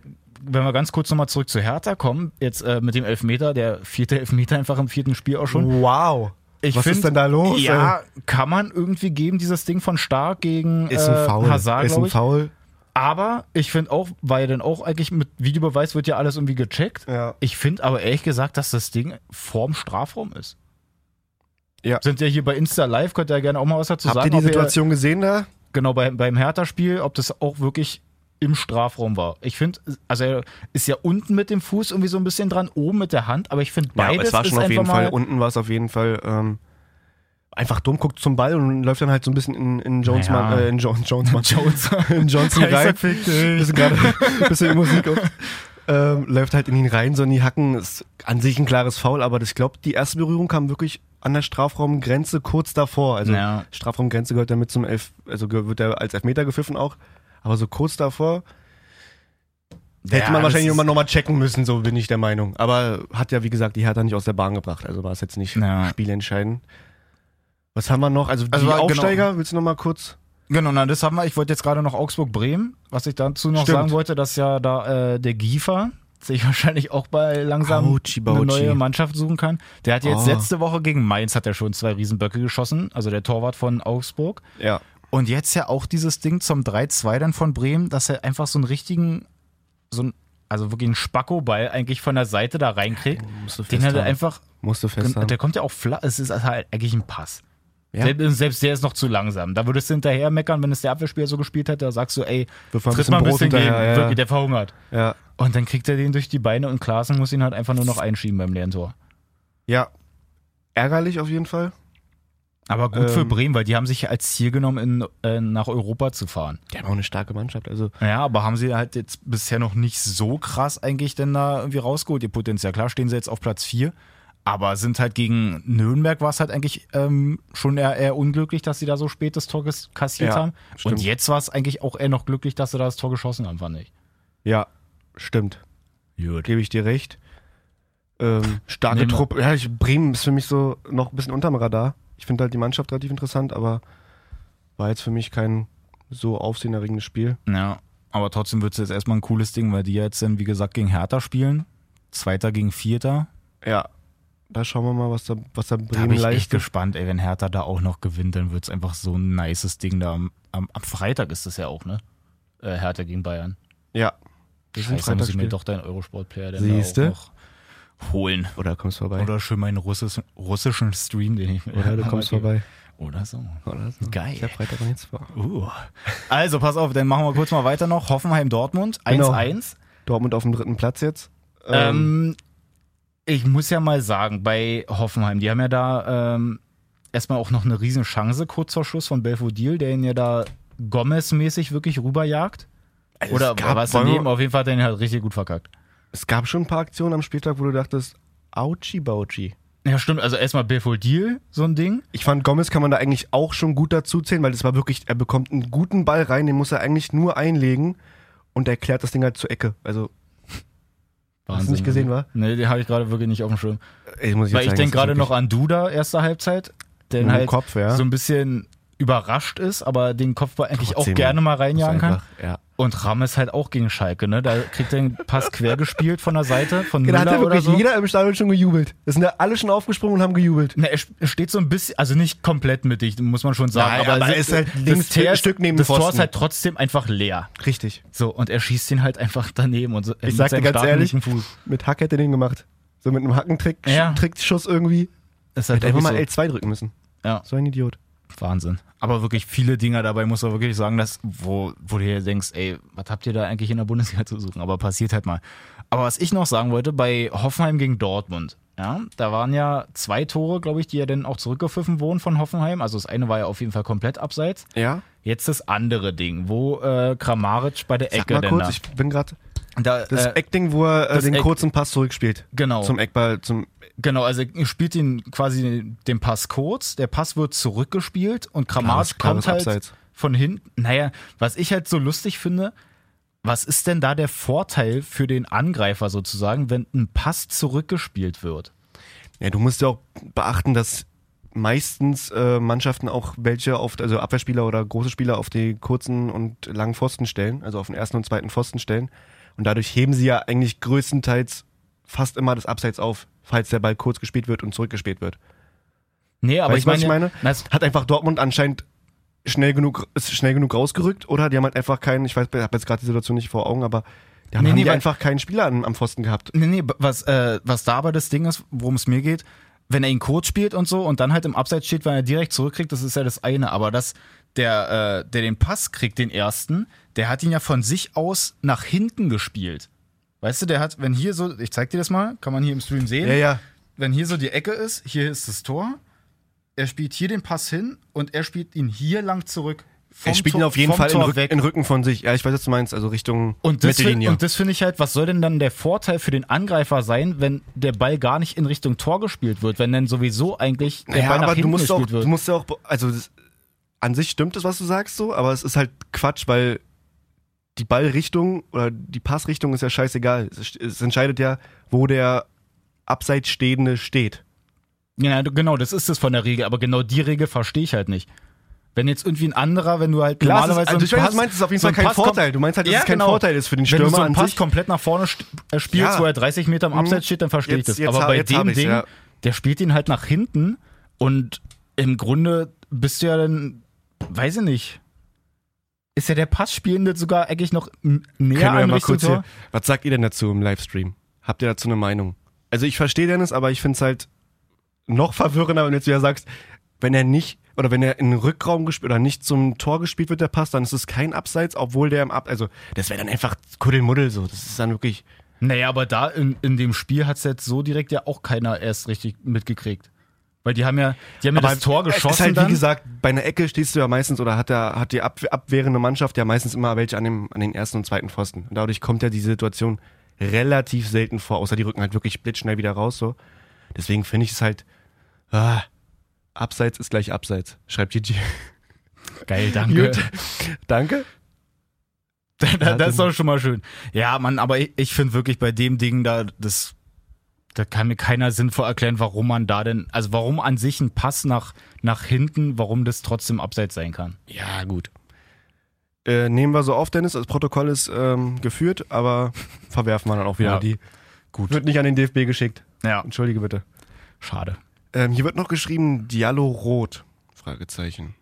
Speaker 1: wenn wir ganz kurz nochmal zurück zu Hertha kommen, jetzt äh, mit dem Elfmeter, der vierte Elfmeter einfach im vierten Spiel auch schon.
Speaker 2: Wow.
Speaker 1: Ich
Speaker 2: Uh, Was
Speaker 1: find,
Speaker 2: ist denn da los?
Speaker 1: Ja, kann man irgendwie geben, dieses Ding von Stark gegen
Speaker 2: Ist ein
Speaker 1: äh,
Speaker 2: Foul.
Speaker 1: Hazard,
Speaker 2: ist
Speaker 1: glaube
Speaker 2: ein
Speaker 1: ich.
Speaker 2: Foul.
Speaker 1: Aber ich finde auch, weil dann auch eigentlich mit Videobeweis wird ja alles irgendwie gecheckt.
Speaker 2: Ja.
Speaker 1: Ich finde aber ehrlich gesagt, dass das Ding vorm Strafraum ist.
Speaker 2: Ja.
Speaker 1: Sind ja hier bei Insta Live, könnt ihr ja gerne auch mal was dazu
Speaker 2: Habt
Speaker 1: sagen.
Speaker 2: ihr die
Speaker 1: ob
Speaker 2: Situation gesehen da?
Speaker 1: genau bei, beim Hertha-Spiel, ob das auch wirklich im Strafraum war. Ich finde, also er ist ja unten mit dem Fuß irgendwie so ein bisschen dran, oben mit der Hand, aber ich finde beides
Speaker 2: es war
Speaker 1: ist
Speaker 2: schon auf
Speaker 1: einfach
Speaker 2: jeden
Speaker 1: mal
Speaker 2: Fall. Unten war es auf jeden Fall. Ähm, einfach dumm guckt zum Ball und läuft dann halt so ein bisschen in, in Jones
Speaker 1: Naja.
Speaker 2: Mann, äh, in Jones Jones Mann.
Speaker 1: (laughs) Jones. (laughs)
Speaker 2: in Johnson
Speaker 1: Ja, ich
Speaker 2: rein.
Speaker 1: sag, fick dich.
Speaker 2: Bisschen gerade bisschen Musik auf. Ähm, läuft halt in ihn rein, so in die Hacken. Ist an sich ein klares Foul, aber das- ich glaube, die erste Berührung kam wirklich an der Strafraumgrenze kurz davor. Also
Speaker 1: Ja.
Speaker 2: Strafraumgrenze gehört damit zum Elf, also ge- wird er als Elfmeter gepfiffen auch. Aber so kurz davor hätte
Speaker 1: Ja,
Speaker 2: man
Speaker 1: das
Speaker 2: wahrscheinlich
Speaker 1: ist-
Speaker 2: nochmal noch mal checken müssen, so bin ich der Meinung. Aber hat ja, wie gesagt, die Hertha nicht aus der Bahn gebracht. Also war es jetzt nicht
Speaker 1: Ja.
Speaker 2: spielentscheidend. Was haben wir noch? Also die
Speaker 1: Also war- genau.
Speaker 2: Aufsteiger, willst du nochmal kurz?
Speaker 1: Genau, na, das haben wir. Ich wollte jetzt gerade noch Augsburg-Bremen. Was ich dazu noch
Speaker 2: Stimmt.
Speaker 1: sagen wollte, dass ja da äh, der Giefer sich (laughs) wahrscheinlich auch bei langsam
Speaker 2: Autschi,
Speaker 1: eine
Speaker 2: Bautschi.
Speaker 1: neue Mannschaft suchen kann. Der hat jetzt
Speaker 2: Oh.
Speaker 1: letzte Woche gegen Mainz hat er schon zwei Riesenböcke geschossen, also der Torwart von Augsburg.
Speaker 2: Ja.
Speaker 1: Und jetzt ja auch dieses Ding zum 3-2 dann von Bremen, dass er einfach so einen richtigen, so einen, also wirklich einen Spacko-Ball eigentlich von der Seite da reinkriegt.
Speaker 2: Musst du
Speaker 1: Den hat er einfach,
Speaker 2: Musst du festhalten.
Speaker 1: der kommt ja auch flach, es ist halt eigentlich ein Pass.
Speaker 2: Ja.
Speaker 1: Selbst, selbst der ist noch zu langsam. Da würdest du hinterher meckern, wenn es der Abwehrspieler so gespielt hätte, da sagst du, ey,
Speaker 2: Wirf mal ein
Speaker 1: tritt
Speaker 2: bisschen
Speaker 1: mal ein
Speaker 2: Brot
Speaker 1: bisschen gegen,
Speaker 2: hinterher, ja.
Speaker 1: wirklich, der verhungert.
Speaker 2: Ja.
Speaker 1: Und dann kriegt er den durch die Beine und Klaassen muss ihn halt einfach nur noch einschieben beim leeren Tor.
Speaker 2: ja. Ärgerlich auf jeden Fall.
Speaker 1: Aber gut für
Speaker 2: Ähm.
Speaker 1: Bremen, weil die haben sich als Ziel genommen, in, äh, nach Europa zu fahren.
Speaker 2: Die haben auch eine starke Mannschaft. Also
Speaker 1: Ja, aber haben sie halt jetzt bisher noch nicht so krass eigentlich denn da irgendwie rausgeholt, ihr Potenzial. Klar stehen sie jetzt auf Platz 4, aber sind halt gegen Nürnberg war es halt eigentlich ähm, schon eher, eher unglücklich, dass sie da so spät das Tor ges- kassiert
Speaker 2: Ja,
Speaker 1: haben.
Speaker 2: stimmt.
Speaker 1: Und jetzt war es eigentlich auch eher noch glücklich, dass sie da das Tor geschossen haben, fand ich.
Speaker 2: Ja, stimmt.
Speaker 1: Gut.
Speaker 2: Gebe ich dir recht. Ähm, starke
Speaker 1: Nehmen wir-
Speaker 2: Truppe. Ja, ich, Bremen ist für mich so noch ein bisschen unterm Radar. Ich finde halt die Mannschaft relativ interessant, aber war jetzt für mich kein so aufsehenerregendes Spiel.
Speaker 1: Ja, aber trotzdem wird es jetzt erstmal ein cooles Ding, weil die jetzt dann, wie gesagt, gegen Hertha spielen. Zweiter gegen Vierter.
Speaker 2: Ja. Da schauen wir mal, was da, was da
Speaker 1: Da bin
Speaker 2: Bremen
Speaker 1: ich echt
Speaker 2: leistet.
Speaker 1: gespannt, ey, wenn Hertha da auch noch gewinnt, dann wird es einfach so ein nices Ding da. Am, am, am Freitag ist das ja auch, ne? Äh, Hertha gegen Bayern.
Speaker 2: Ja. Das ist ein
Speaker 1: Scheiße, muss ich mir
Speaker 2: Freitagsspiel.
Speaker 1: doch deinen Eurosport-Player dann
Speaker 2: Siehste?
Speaker 1: da auch noch holen.
Speaker 2: Oder kommst vorbei. Oder,
Speaker 1: Oder schön meinen russischen, russischen Stream, den ich mir
Speaker 2: du
Speaker 1: mal
Speaker 2: kommst
Speaker 1: gebe.
Speaker 2: vorbei.
Speaker 1: Oder so.
Speaker 2: Oder so.
Speaker 1: Geil.
Speaker 2: Ist ja Freitag und jetzt vor.
Speaker 1: Uh. Also, pass auf, dann machen wir kurz mal weiter noch. Hoffenheim-Dortmund, 1-1.
Speaker 2: Genau. Dortmund auf dem dritten Platz jetzt.
Speaker 1: Ähm, ich muss ja mal sagen, bei Hoffenheim, die haben ja da ähm, erstmal auch noch eine riesen Chance kurz vor Schluss von Belfodil, der ihn ja da Gomez-mäßig wirklich rüberjagt. Oder
Speaker 2: gab-
Speaker 1: war es
Speaker 2: wollen wir-
Speaker 1: daneben? Auf jeden Fall hat er ihn halt richtig gut verkackt.
Speaker 2: es gab schon ein paar Aktionen am Spieltag, wo du dachtest, Auchi Bauchi.
Speaker 1: Ja, stimmt. Also erstmal Belfodil, so ein Ding.
Speaker 2: Ich fand, Gomez kann man da eigentlich auch schon gut dazu zählen, weil das war wirklich, er bekommt einen guten Ball rein, den muss er eigentlich nur einlegen und er klärt das Ding halt zur Ecke. Also, Hast du nicht gesehen, wa?
Speaker 1: ne? Nee, den habe ich gerade wirklich nicht auf dem Schirm.
Speaker 2: ey, muss äh, ich
Speaker 1: Weil
Speaker 2: jetzt
Speaker 1: ich denke
Speaker 2: sagen, das ist
Speaker 1: gerade noch an Duda, erste Halbzeit, der
Speaker 2: Mit dem
Speaker 1: halt
Speaker 2: Kopf, ja.
Speaker 1: so ein bisschen überrascht ist, aber den Kopfball eigentlich
Speaker 2: Trotzdem,
Speaker 1: auch gerne mal
Speaker 2: wirklich-
Speaker 1: reinjagen kann.
Speaker 2: einfach- Ja.
Speaker 1: Und Rames halt auch gegen Schalke, ne? Da kriegt er den Pass quer gespielt von der Seite, von
Speaker 2: Da hat ja
Speaker 1: Müller oder
Speaker 2: wirklich
Speaker 1: so.
Speaker 2: jeder im Stadion schon gejubelt. Da sind ja alle schon aufgesprungen und haben gejubelt.
Speaker 1: Na, er sp- er steht so ein bisschen, also nicht komplett mittig, muss man schon sagen.
Speaker 2: Nein, aber er ist halt links ein Stück neben
Speaker 1: das
Speaker 2: dem
Speaker 1: Tor ist
Speaker 2: Pfosten.
Speaker 1: halt trotzdem einfach leer.
Speaker 2: Richtig.
Speaker 1: So, und er schießt ihn halt einfach daneben. Und so,
Speaker 2: Ich sag dir ganz ehrlich,
Speaker 1: Fuß.
Speaker 2: mit Hack hätte er den gemacht. So mit einem Hackentrick,
Speaker 1: Ja.
Speaker 2: Trickschuss irgendwie.
Speaker 1: Das ist halt
Speaker 2: Hätte einfach
Speaker 1: wirklich
Speaker 2: mal
Speaker 1: so.
Speaker 2: L2 drücken müssen.
Speaker 1: Ja.
Speaker 2: So ein Idiot.
Speaker 1: Wahnsinn. Aber wirklich viele Dinger dabei, muss man wirklich sagen, dass, wo, wo du dir denkst, ey, was habt ihr da eigentlich in der Bundesliga (laughs) zu suchen? Aber passiert halt mal. Aber was ich noch sagen wollte, bei Hoffenheim gegen Dortmund, ja, da waren ja zwei Tore, glaube ich, die ja dann auch zurückgepfiffen wurden von Hoffenheim. Also das eine war ja auf jeden Fall komplett abseits.
Speaker 2: Ja.
Speaker 1: Jetzt das andere Ding, wo äh, Kramaric bei der
Speaker 2: Sag
Speaker 1: Ecke
Speaker 2: mal
Speaker 1: denn
Speaker 2: kurz,
Speaker 1: da.
Speaker 2: ich bin gerade.
Speaker 1: da
Speaker 2: Das
Speaker 1: äh,
Speaker 2: Eckding, wo er äh,
Speaker 1: das
Speaker 2: den
Speaker 1: Eck-
Speaker 2: kurzen Pass zurückspielt.
Speaker 1: Genau.
Speaker 2: Zum Eckball, zum
Speaker 1: Genau, also er spielt ihn quasi den Pass kurz, der Pass wird zurückgespielt und Kramaric
Speaker 2: Klares- klares
Speaker 1: kommt halt
Speaker 2: Abseits.
Speaker 1: von hinten. Naja, was ich halt so lustig finde, was ist denn da der Vorteil für den Angreifer sozusagen, wenn ein Pass zurückgespielt wird?
Speaker 2: Ja, du musst ja auch beachten, dass meistens äh, Mannschaften auch welche auf, also Abwehrspieler oder große Spieler auf die kurzen und langen Pfosten stellen, also auf den ersten und zweiten Pfosten stellen. Und dadurch heben sie ja eigentlich größtenteils fast immer das Abseits auf, falls der Ball kurz gespielt wird und zurückgespielt wird.
Speaker 1: Nee, aber
Speaker 2: Weißt
Speaker 1: ich
Speaker 2: du, was
Speaker 1: meine,
Speaker 2: ich meine?
Speaker 1: Das,
Speaker 2: Hat einfach Dortmund anscheinend schnell genug, ist schnell genug rausgerückt oder die haben halt einfach keinen, ich weiß, ich habe jetzt gerade die Situation nicht vor Augen, aber die haben,
Speaker 1: Nee,
Speaker 2: haben
Speaker 1: nee,
Speaker 2: die
Speaker 1: weil-
Speaker 2: einfach keinen Spieler am, am Pfosten gehabt.
Speaker 1: Nee, nee, was, äh, was da aber das Ding ist, worum es mir geht, wenn er ihn kurz spielt und so und dann halt im Abseits steht, weil er direkt zurückkriegt, das ist ja das eine. Aber dass der, äh, der den Pass kriegt, den ersten, der hat ihn ja von sich aus nach hinten gespielt. Weißt du, der hat, wenn hier so, ich zeig dir das mal, kann man hier im Stream sehen,
Speaker 2: Ja, ja.
Speaker 1: wenn hier so die Ecke ist, hier ist das Tor, er spielt hier den Pass hin und er spielt ihn hier lang zurück. vom
Speaker 2: Er spielt ihn
Speaker 1: Tor-
Speaker 2: auf jeden
Speaker 1: vom
Speaker 2: Fall in,
Speaker 1: Tor
Speaker 2: Rück,
Speaker 1: weg.
Speaker 2: in Rücken von sich. Ja, ich weiß, was du meinst, also Richtung
Speaker 1: Und das, find,
Speaker 2: Mittellinie.
Speaker 1: und das finde ich halt, was soll denn dann der Vorteil für den Angreifer sein, wenn der Ball gar nicht in Richtung Tor gespielt wird, wenn dann sowieso eigentlich der
Speaker 2: naja,
Speaker 1: Ball nach
Speaker 2: aber du
Speaker 1: hinten
Speaker 2: musst, auch,
Speaker 1: gespielt
Speaker 2: du
Speaker 1: wird?
Speaker 2: musst ja auch, also das, an sich stimmt das, was du sagst so, aber es ist halt Quatsch, weil die Ballrichtung oder die Passrichtung ist ja scheißegal. Es, es entscheidet ja, wo der abseits Stehende steht.
Speaker 1: Ja, du- genau, das ist es von der Regel, aber genau die Regel verstehe ich halt nicht. Wenn jetzt irgendwie ein anderer, wenn du halt
Speaker 2: Klar, es ist-
Speaker 1: normalerweise.
Speaker 2: also
Speaker 1: so
Speaker 2: ich
Speaker 1: einen
Speaker 2: weiß, was
Speaker 1: Pass-
Speaker 2: du meinst, es ist auf jeden
Speaker 1: so
Speaker 2: Fall
Speaker 1: einen
Speaker 2: kein
Speaker 1: Pass kom-
Speaker 2: Vorteil. Du meinst halt, dass es kein Vorteil ist für den
Speaker 1: genau. Wenn du so
Speaker 2: Stürmer
Speaker 1: einen
Speaker 2: an
Speaker 1: Pass
Speaker 2: sich.
Speaker 1: komplett nach vorne st- äh, spielst,
Speaker 2: Ja. Mhm.
Speaker 1: wo er 30 Meter im Abseits steht, dann verstehe ich
Speaker 2: Jetzt-
Speaker 1: das.
Speaker 2: jetzt
Speaker 1: Aber
Speaker 2: hab-
Speaker 1: bei
Speaker 2: jetzt
Speaker 1: dem
Speaker 2: hab ich's,
Speaker 1: Ding,
Speaker 2: ja.
Speaker 1: der spielt ihn halt nach hinten und im Grunde bist du ja dann, weiß ich nicht, ist ja der Passspielende sogar eigentlich noch m- näher
Speaker 2: Können wir
Speaker 1: an
Speaker 2: mal
Speaker 1: Richtung
Speaker 2: kurz hier.
Speaker 1: Tor.
Speaker 2: Was sagt ihr denn dazu im Livestream? Habt ihr dazu eine Meinung? Also ich verstehe Dennis, aber ich finde es halt noch verwirrender, wenn du jetzt wieder sagst, wenn er nicht oder wenn er in den Rückraum gespielt oder nicht zum Tor gespielt wird, der Pass, dann ist es kein Abseits, obwohl der im Ab... Also das wäre dann einfach Kuddelmuddel so. Das ist dann wirklich...
Speaker 1: Naja, aber da in, in dem Spiel hat es jetzt so direkt ja auch keiner erst richtig mitgekriegt. Weil die haben ja, die haben ja das Tor
Speaker 2: es
Speaker 1: geschossen
Speaker 2: Ist halt,
Speaker 1: dann.
Speaker 2: wie gesagt, bei einer Ecke stehst du ja meistens oder hat, der, hat die ab, abwehrende Mannschaft ja meistens immer welche an, dem, an den ersten und zweiten Pfosten. Und dadurch kommt ja die Situation relativ selten vor, außer die rücken halt wirklich blitzschnell wieder raus. So. Deswegen finde ich es halt, ah, abseits ist gleich abseits, schreibt Gigi.
Speaker 1: Geil, danke.
Speaker 2: (laughs) Gut. Danke.
Speaker 1: Da- das
Speaker 2: dann-
Speaker 1: ist doch schon mal schön. Ja, Mann, aber ich, ich finde wirklich bei dem Ding da, das, da kann mir keiner sinnvoll erklären, warum man da denn, also warum an sich ein Pass nach, nach hinten, warum das trotzdem abseits sein kann.
Speaker 2: Ja, gut. Äh, nehmen wir so auf, Dennis. Das Protokoll ist ähm, geführt, aber verwerfen wir dann auch wieder
Speaker 1: Ja.
Speaker 2: die. Gut. Wird nicht an den DFB geschickt.
Speaker 1: Ja.
Speaker 2: Entschuldige bitte.
Speaker 1: Schade.
Speaker 2: Ähm, hier wird noch geschrieben, Diallo Rot. Fragezeichen.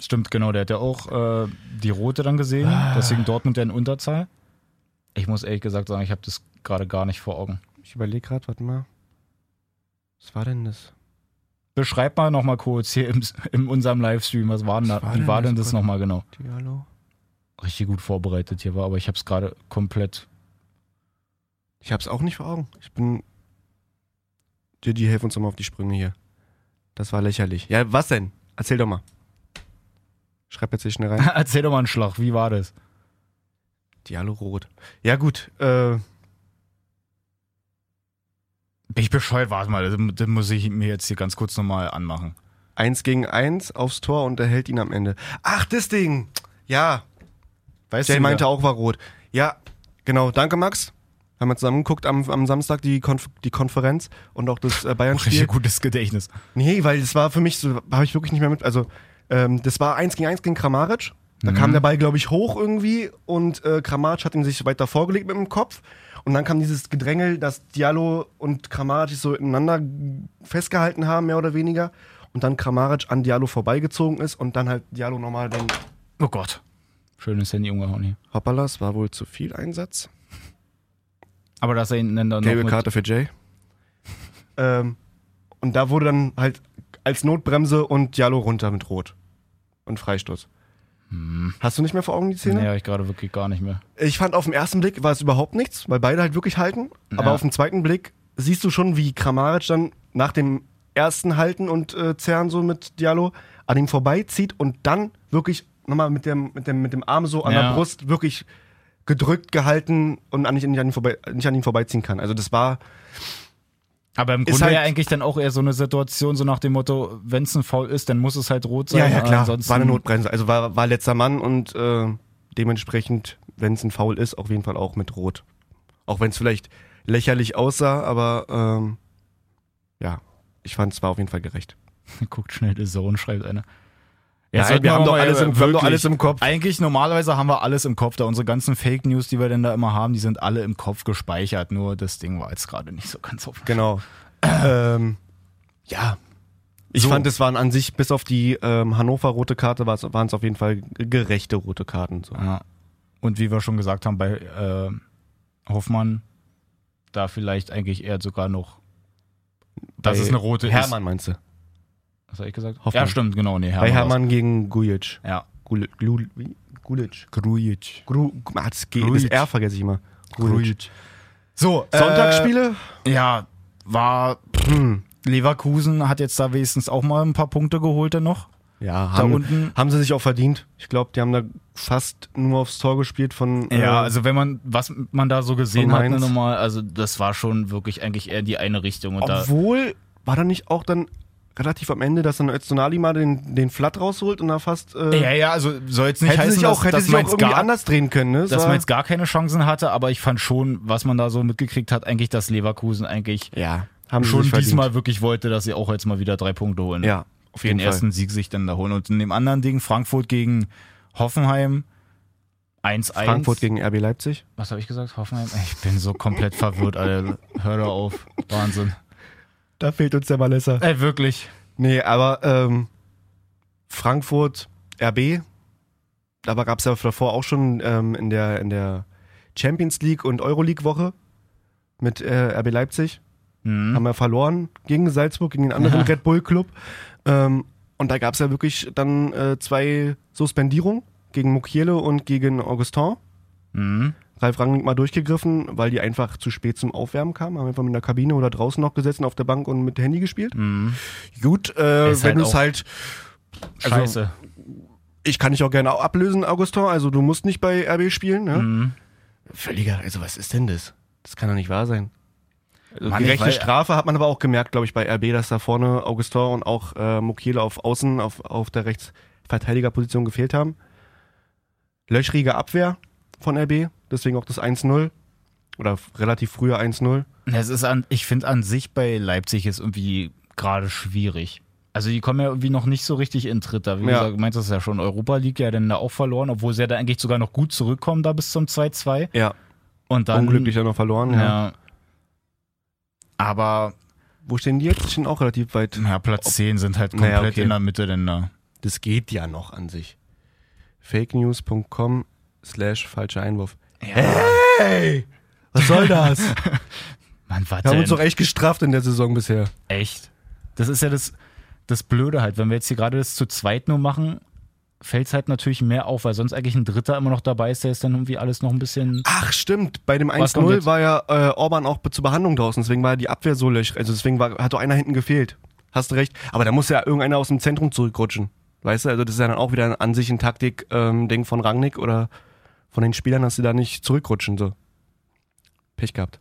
Speaker 1: Stimmt, genau, der hat ja auch äh, die rote dann gesehen,
Speaker 2: Ah.
Speaker 1: deswegen Dortmund ja in Unterzahl. Ich muss ehrlich gesagt sagen, ich habe das gerade gar nicht vor Augen.
Speaker 2: Ich überlege gerade, warte mal. Was war denn das?
Speaker 1: Beschreib mal nochmal kurz hier im, (laughs) in unserem Livestream, was war denn da,
Speaker 2: Was war
Speaker 1: wie
Speaker 2: denn
Speaker 1: war denn
Speaker 2: das
Speaker 1: das
Speaker 2: gerade?
Speaker 1: nochmal genau?
Speaker 2: Diallo?
Speaker 1: Richtig gut vorbereitet hier war, aber ich habe es gerade komplett (laughs)
Speaker 2: Ich hab's auch nicht vor Augen. Ich bin. Didi, helf uns doch mal auf die Sprünge hier. Das war lächerlich. Ja, was denn? Erzähl doch mal. Schreib jetzt hier schnell rein.
Speaker 1: Erzähl doch mal einen Schlag, wie war das?
Speaker 2: (laughs) Diallo Rot. Ja, gut. Äh,
Speaker 1: Bin ich bescheuert? Warte mal, das, das muss ich mir jetzt hier ganz kurz nochmal anmachen.
Speaker 2: eins gegen eins aufs Tor und er hält ihn am Ende. Ach, das Ding! Ja,
Speaker 1: Weißt
Speaker 2: Jay
Speaker 1: wieder?
Speaker 2: meinte auch, war rot. Ja, genau. Danke, Max. Haben wir zusammen geguckt am, am Samstag die, Konf die Konferenz und auch das äh,
Speaker 1: Richtig (laughs)
Speaker 2: Bayern-Spiel.
Speaker 1: oh, gutes Gedächtnis.
Speaker 2: Nee, weil es war für mich so, habe ich wirklich nicht mehr mit. Also, ähm, das war eins gegen eins gegen Kramaric. Da kam der Ball, glaube ich, hoch irgendwie und äh, Kramaric hat ihn sich weiter vorgelegt mit dem Kopf. Und dann kam dieses Gedrängel, dass Diallo und Kramaric sich so ineinander festgehalten haben, mehr oder weniger. Und dann Kramaric an Diallo vorbeigezogen ist und dann halt Diallo nochmal dann
Speaker 1: Oh Gott. Schönes Handy umgehauen hier.
Speaker 2: Hoppala, es war wohl zu viel Einsatz.
Speaker 1: Aber dass er ihn dann noch
Speaker 2: Gelbe
Speaker 1: mit-
Speaker 2: Karte für Jay. Ähm, und da wurde dann halt als Notbremse und Diallo runter mit Rot. Und Freistoß. Hast du nicht mehr vor Augen die Szene?
Speaker 1: Nee, hab ich gerade wirklich gar nicht mehr.
Speaker 2: Ich fand auf den ersten Blick war es überhaupt nichts, weil beide halt wirklich halten. Aber
Speaker 1: Ja.
Speaker 2: auf den zweiten Blick siehst du schon, wie Kramaric dann nach dem ersten Halten und äh, Zerren so mit Diallo an ihm vorbeizieht und dann wirklich nochmal mit dem, mit dem, mit dem Arm so an
Speaker 1: Ja.
Speaker 2: der Brust wirklich gedrückt gehalten und an, nicht, an, ihn vorbei, nicht an ihn vorbeiziehen kann. Also das war
Speaker 1: Aber im
Speaker 2: Ist
Speaker 1: Grunde
Speaker 2: halt-
Speaker 1: ja eigentlich dann auch eher so eine Situation, so nach dem Motto, wenn es ein Foul ist, dann muss es halt rot sein.
Speaker 2: Ja, ja, klar.
Speaker 1: Ansonsten
Speaker 2: War eine Notbremse. Also war, war letzter Mann und äh, dementsprechend, wenn es ein Foul ist, auf jeden Fall auch mit Rot. Auch wenn es vielleicht lächerlich aussah, aber ähm, ja, ich fand es war auf jeden Fall gerecht.
Speaker 1: (laughs) Guckt schnell die Zone, schreibt einer.
Speaker 2: Nein,
Speaker 1: sollten
Speaker 2: wir haben doch
Speaker 1: mal-
Speaker 2: alles im- wir haben doch
Speaker 1: wirklich.
Speaker 2: alles im Kopf.
Speaker 1: Eigentlich normalerweise haben wir alles im Kopf. Da unsere ganzen Fake News, die wir denn da immer haben, die sind alle im Kopf gespeichert. Nur das Ding war jetzt gerade nicht so ganz offen. (clears throat)
Speaker 2: Genau. ähm, ja. Ich
Speaker 1: So.
Speaker 2: fand, es waren an sich, bis auf die ähm, Hannover rote Karte, waren es auf jeden Fall gerechte rote Karten. So.
Speaker 1: Ja. Und wie wir schon gesagt haben, bei äh, Hoffmann, da vielleicht eigentlich eher sogar noch, dass
Speaker 2: Bei
Speaker 1: es eine rote
Speaker 2: Hermann meinst du?
Speaker 1: ist. Was hab ich gesagt?
Speaker 2: Hoffmann.
Speaker 1: Ja, stimmt, genau. Nee,
Speaker 2: Bei
Speaker 1: war's.
Speaker 2: Hermann gegen Gujic.
Speaker 1: Ja.
Speaker 2: Gul- Gul- wie? Gulic.
Speaker 1: Grujic.
Speaker 2: Gru ah, das, G das
Speaker 1: Grujic.
Speaker 2: R vergesse ich immer.
Speaker 1: Grujic. So, äh,
Speaker 2: Sonntagsspiele?
Speaker 1: Ja, war.
Speaker 2: Hm.
Speaker 1: Hm. Leverkusen hat jetzt da wenigstens auch mal ein paar Punkte geholt, dann noch.
Speaker 2: Ja,
Speaker 1: Da
Speaker 2: haben,
Speaker 1: unten-
Speaker 2: haben sie sich auch verdient. Ich glaube, die haben da fast nur aufs Tor gespielt von. äh,
Speaker 1: Ja, also wenn man, was man da so gesehen
Speaker 2: von
Speaker 1: hat, ne,
Speaker 2: Mainz.
Speaker 1: nochmal, also das war schon wirklich eigentlich eher die eine Richtung. Und da,
Speaker 2: obwohl, war da nicht auch dann relativ am Ende, dass dann Öztunali mal den, den Flat rausholt und da fast. Äh,
Speaker 1: ja, ja, also soll jetzt nicht
Speaker 2: hätte
Speaker 1: heißen,
Speaker 2: sich
Speaker 1: dass,
Speaker 2: auch, hätte
Speaker 1: dass
Speaker 2: sich auch
Speaker 1: Mainz
Speaker 2: irgendwie
Speaker 1: gar,
Speaker 2: anders drehen können, ne? Es
Speaker 1: dass
Speaker 2: war-
Speaker 1: Mainz gar keine Chancen hatte, aber ich fand schon, was man da so mitgekriegt hat, eigentlich, dass Leverkusen eigentlich
Speaker 2: ja, haben sie
Speaker 1: schon
Speaker 2: sich verdient.
Speaker 1: diesmal wirklich wollte, dass sie auch jetzt mal wieder drei Punkte holen.
Speaker 2: Ja, auf
Speaker 1: den
Speaker 2: jeden Fall.
Speaker 1: ersten Sieg sich dann da holen. Und in dem anderen Ding, Frankfurt gegen Hoffenheim, 1-1.
Speaker 2: Frankfurt gegen RB Leipzig.
Speaker 1: Was habe ich gesagt? Hoffenheim? Ich bin so komplett verwirrt, Alter. Hör doch auf. Wahnsinn.
Speaker 2: Da fehlt uns der Malessa.
Speaker 1: Ey, wirklich.
Speaker 2: Nee, aber ähm, Frankfurt, RB, aber gab es ja davor auch schon ähm, in, der, in der Champions League und Euroleague-Woche mit äh, RB Leipzig.
Speaker 1: Hm.
Speaker 2: Haben wir verloren gegen Salzburg, gegen den anderen Red Bull Club. Ähm, und da gab es ja wirklich dann äh, zwei Suspendierungen gegen Mukiele und gegen Augustin.
Speaker 1: Hm.
Speaker 2: Ralf Rangnick mal durchgegriffen, weil die einfach zu spät zum Aufwärmen kamen. Haben einfach mit einer Kabine oder draußen noch gesessen auf der Bank und mit Handy gespielt.
Speaker 1: Hm.
Speaker 2: Gut, äh,
Speaker 1: Ist
Speaker 2: wenn
Speaker 1: halt
Speaker 2: du es
Speaker 1: auch-
Speaker 2: halt Also-
Speaker 1: Scheiße.
Speaker 2: ich kann dich auch gerne au- ablösen, Augustin, also du musst nicht bei RB spielen. Ne?
Speaker 1: Mhm.
Speaker 2: Völliger, also was ist denn das? Das kann doch nicht wahr sein. Also
Speaker 1: Mann,
Speaker 2: die
Speaker 1: ich
Speaker 2: rechte
Speaker 1: weiß-
Speaker 2: Strafe hat man aber auch gemerkt, glaube ich, bei RB, dass da vorne Augustin und auch äh, Mukiele auf Außen, auf, auf der Rechtsverteidigerposition gefehlt haben. Löchrige Abwehr von RB, deswegen auch das 1-0 oder f- relativ frühe 1-0.
Speaker 1: Es ist an, ich finde an sich bei Leipzig ist irgendwie gerade schwierig. Also die kommen ja irgendwie noch nicht so richtig in Tritt da. Wie
Speaker 2: Ja.
Speaker 1: gesagt, du meinst das ja schon. Europa League ja dann da auch verloren, obwohl sie ja da eigentlich sogar noch gut zurückkommen da bis zum 2-2.
Speaker 2: Ja,
Speaker 1: Und dann.
Speaker 2: unglücklich dann noch verloren. Ja.
Speaker 1: Ja. Aber
Speaker 2: Wo stehen die jetzt? Die stehen auch relativ weit.
Speaker 1: ja, Platz 10 sind halt komplett
Speaker 2: Naja, okay.
Speaker 1: in der Mitte denn da.
Speaker 2: Das geht ja noch an sich. Fakenews.com slash falscher Einwurf. Hey! Was soll das? Wir
Speaker 1: Mann, was
Speaker 2: haben
Speaker 1: denn?
Speaker 2: uns doch echt gestraft in der Saison bisher.
Speaker 1: Echt? Das ist ja das, das Blöde halt. Wenn wir jetzt hier gerade das zu zweit nur machen, fällt es halt natürlich mehr auf, weil sonst eigentlich ein Dritter immer noch dabei ist, der ist dann irgendwie alles noch ein bisschen.
Speaker 2: Ach, stimmt. Bei dem
Speaker 1: Hm. Was kommt
Speaker 2: 1-0
Speaker 1: jetzt?
Speaker 2: war ja äh, Orban auch be- zur Behandlung draußen. Deswegen war die Abwehr so löchrig. Also deswegen war, hat doch einer hinten gefehlt. Hast du recht. Aber da muss ja irgendeiner aus dem Zentrum zurückrutschen. Weißt du, also das ist ja dann auch wieder an sich ein Taktik-Ding von Rangnick oder von den Spielern, dass sie da nicht zurückrutschen. So. Pech gehabt.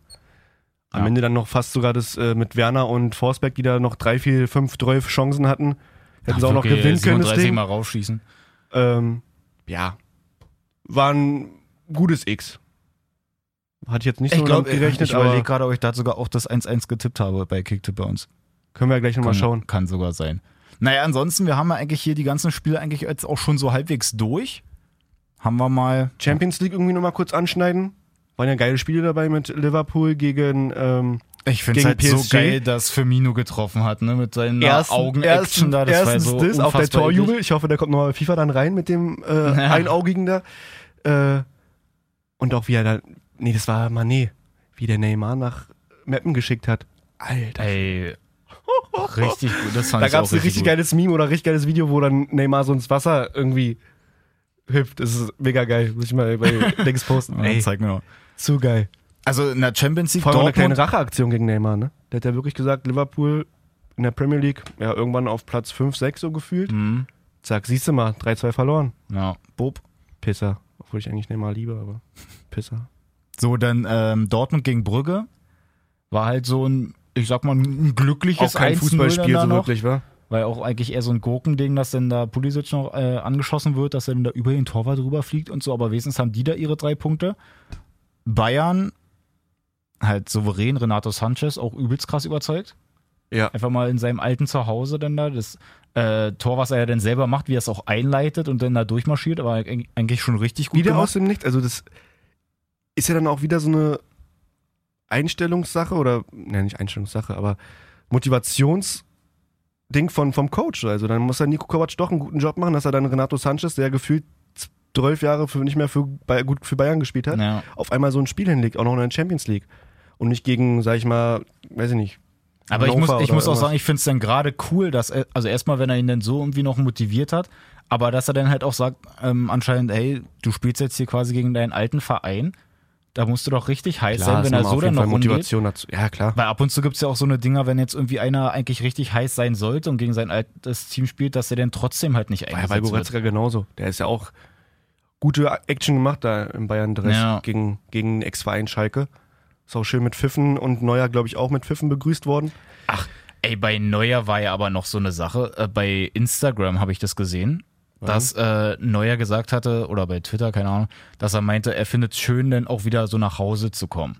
Speaker 2: Am
Speaker 1: Ja.
Speaker 2: Ende dann noch fast sogar das äh, mit Werner und Forsberg, die da noch drei, vier, fünf, zwölf Chancen hatten. Hätten sie auch noch
Speaker 1: Wirklich,
Speaker 2: gewinnen können, das
Speaker 1: 37
Speaker 2: Ding.
Speaker 1: Mal rausschießen.
Speaker 2: Ähm, ja, war ein gutes X. Hatte ich jetzt nicht so damit gerechnet,
Speaker 1: ich
Speaker 2: aber
Speaker 1: überlege gerade, ob ich da sogar auch das 1-1 getippt habe bei Kicktipp bei uns.
Speaker 2: können wir ja gleich nochmal
Speaker 1: Kann-
Speaker 2: schauen.
Speaker 1: Kann sogar sein. Naja, ansonsten, wir haben ja eigentlich hier die ganzen Spiele eigentlich jetzt auch schon so halbwegs durch. Haben wir mal.
Speaker 2: Champions League irgendwie nochmal kurz anschneiden. Waren ja geile Spiele dabei mit Liverpool gegen ähm,
Speaker 1: Ich finde es
Speaker 2: Gegen
Speaker 1: halt so
Speaker 2: PSG.
Speaker 1: geil, dass Firmino getroffen hat, ne? Mit seinen Augen-Action da. Das
Speaker 2: erstens
Speaker 1: war so
Speaker 2: das, auch der
Speaker 1: unfassbar eklig.
Speaker 2: Torjubel. Ich hoffe, der kommt nochmal bei FIFA dann rein mit dem äh,
Speaker 1: Ja.
Speaker 2: Einaugigen da. Äh, und auch wie er da, nee, das war Mané, wie der Neymar nach Meppen geschickt hat. Alter.
Speaker 1: Ey. (laughs) Richtig gut. Das fand
Speaker 2: Da
Speaker 1: ich
Speaker 2: gab
Speaker 1: auch
Speaker 2: es ein richtig
Speaker 1: gut.
Speaker 2: geiles Meme oder ein richtig geiles Video, wo dann Neymar so ins Wasser irgendwie hüpft. Das ist mega geil. Muss ich mal bei
Speaker 1: (laughs)
Speaker 2: Dings posten.
Speaker 1: Ja,
Speaker 2: Ey,
Speaker 1: zeig mir mal.
Speaker 2: zu geil.
Speaker 1: Also in der Champions League
Speaker 2: Vor allem auch eine kleine
Speaker 1: Dortmund,
Speaker 2: Racheaktion gegen Neymar, ne? Der hat ja wirklich gesagt, Liverpool in der Premier League, ja, irgendwann auf Platz 5, 6 so gefühlt.
Speaker 1: Mhm.
Speaker 2: Zack, siehst du mal, 3-2 verloren.
Speaker 1: ja, Bob.
Speaker 2: Pisser. Obwohl ich eigentlich Neymar liebe, aber Pisser.
Speaker 1: So, dann ähm, Dortmund gegen Brügge war halt so ein, ich sag mal, ein glückliches 1-0 dann da noch,
Speaker 2: wa?
Speaker 1: Weil auch eigentlich eher so ein Gurkending, dass dann da Pulisic noch äh, angeschossen wird, dass er dann da über den Torwart drüber fliegt und so. Aber wenigstens haben die da ihre drei Punkte. Bayern halt souverän, Renato Sanchez auch übelst krass überzeugt.
Speaker 2: Ja.
Speaker 1: einfach mal in seinem alten Zuhause dann da das äh, Tor, was er ja dann selber macht, wie er es auch einleitet und dann da durchmarschiert, aber eig- eigentlich schon richtig gut
Speaker 2: wieder
Speaker 1: gemacht.
Speaker 2: aus dem Nichts. Also das ist ja dann auch wieder so eine Einstellungssache oder, ne, nicht Einstellungssache, aber Motivationsding von, vom Coach. Also dann muss ja Nico Kovac doch einen guten Job machen, dass er dann Renato Sanchez, der gefühlt zwölf Jahre für, nicht mehr für, Bay- gut für Bayern gespielt hat,
Speaker 1: Ja.
Speaker 2: auf einmal so ein Spiel hinlegt, auch noch in der Champions League. Und nicht gegen, sag ich mal, weiß ich nicht.
Speaker 1: Aber ich muss,
Speaker 2: Hannover
Speaker 1: ich
Speaker 2: oder
Speaker 1: muss auch
Speaker 2: irgendwas.
Speaker 1: sagen, ich finde es dann gerade cool, dass er, also erstmal, wenn er ihn dann so irgendwie noch motiviert hat, aber dass er dann halt auch sagt, ähm, anscheinend, ey, du spielst jetzt hier quasi gegen deinen alten Verein, Da musst du doch richtig heiß
Speaker 2: Klar,
Speaker 1: sein, halt, wenn
Speaker 2: ist
Speaker 1: er
Speaker 2: immer
Speaker 1: so
Speaker 2: auf
Speaker 1: dann
Speaker 2: jeden
Speaker 1: noch
Speaker 2: Fall
Speaker 1: rumgeht.
Speaker 2: Motivation dazu. Ja, klar.
Speaker 1: Weil ab und zu gibt es ja auch so eine Dinger, wenn jetzt irgendwie einer eigentlich richtig heiß sein sollte und gegen sein altes Team spielt, dass er dann trotzdem halt nicht
Speaker 2: War ja bei
Speaker 1: eingesetzt wird.
Speaker 2: Goretzka genauso. Der ist ja auch gute Action gemacht da im Bayern-Dress
Speaker 1: Ja.
Speaker 2: gegen, gegen einen Ex-Verein Schalke. Ist auch schön mit Pfiffen und Neuer, glaube ich, auch mit Pfiffen
Speaker 1: (laughs)
Speaker 2: begrüßt worden.
Speaker 1: Ach, ey, bei Neuer war ja aber noch so eine Sache. Äh, bei Instagram habe ich das gesehen, dass äh, Neuer gesagt hatte, oder bei Twitter, keine Ahnung, dass er meinte, er findet es schön, dann auch wieder so nach Hause zu kommen.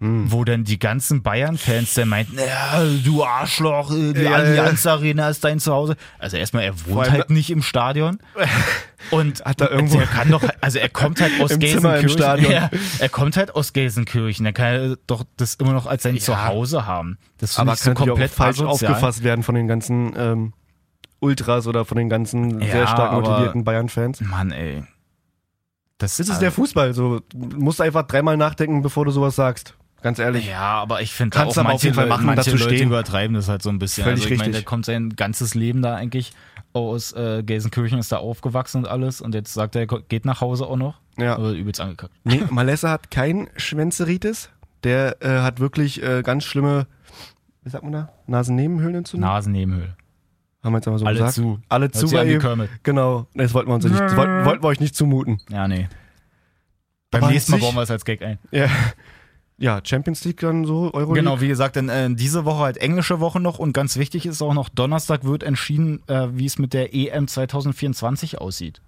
Speaker 2: Hm.
Speaker 1: Wo dann die ganzen Bayern-Fans dann meinten, ja, du Arschloch, äh, die
Speaker 2: Ja,
Speaker 1: Allianz Arena ist dein Zuhause. Also erstmal, er wohnt
Speaker 2: allem-
Speaker 1: halt nicht im Stadion. Und
Speaker 2: Hat er irgendwo-
Speaker 1: der kann doch, also er kommt halt aus
Speaker 2: (laughs) Im Zimmer im
Speaker 1: Gelsenkirchen.
Speaker 2: Stadion.
Speaker 1: Ja, er kommt halt aus Gelsenkirchen. Er kann er doch das immer noch als sein Zuhause haben. Das finde
Speaker 2: Aber
Speaker 1: ich so
Speaker 2: kann komplett
Speaker 1: komplett
Speaker 2: auch falsch
Speaker 1: asozial.
Speaker 2: aufgefasst werden von den ganzen ähm, Ultras oder von den ganzen
Speaker 1: Ja,
Speaker 2: sehr stark
Speaker 1: aber-
Speaker 2: motivierten Bayern-Fans.
Speaker 1: Mann, ey. Das äh,
Speaker 2: Das ist der Fußball. So, du musst einfach dreimal nachdenken, bevor du sowas sagst. Ganz ehrlich.
Speaker 1: Ja, aber ich finde
Speaker 2: Kannst
Speaker 1: auch
Speaker 2: aber auf
Speaker 1: manche
Speaker 2: jeden Fall
Speaker 1: Leute-
Speaker 2: machen,
Speaker 1: manche
Speaker 2: dazu
Speaker 1: Leute
Speaker 2: stehen.
Speaker 1: übertreiben das halt so ein bisschen.
Speaker 2: Völlig
Speaker 1: also ich meine,
Speaker 2: richtig.
Speaker 1: der kommt sein ganzes Leben da eigentlich aus äh, Gelsenkirchen, ist da aufgewachsen und alles und jetzt sagt er, er ko- geht nach Hause auch noch.
Speaker 2: Ja.
Speaker 1: Aber übelst angekackt.
Speaker 2: Nee, Malessa hat kein Schwänzeritis. Der äh, hat wirklich äh, ganz schlimme, wie sagt man da? Nasennebenhöhlenentzündung?
Speaker 1: Nasennebenhöhle.
Speaker 2: Haben wir jetzt aber so
Speaker 1: Alle
Speaker 2: gesagt.
Speaker 1: zu.
Speaker 2: Alle
Speaker 1: Hört
Speaker 2: zu
Speaker 1: sich
Speaker 2: bei
Speaker 1: an wie
Speaker 2: ihm.
Speaker 1: Kermit.
Speaker 2: Genau. Nee, Das wollten wir uns nicht, das wollten, wollten wir euch nicht zumuten.
Speaker 1: Ja, nee. Beim
Speaker 2: Aber
Speaker 1: nächsten
Speaker 2: an
Speaker 1: Mal
Speaker 2: sich-
Speaker 1: bauen wir es als Gag ein.
Speaker 2: Ja. ja, Champions League dann so, Euro
Speaker 1: Genau, wie gesagt, dann äh, diese Woche halt englische Woche noch und ganz wichtig ist auch noch, Donnerstag wird entschieden, äh, wie es mit der EM 2024 aussieht.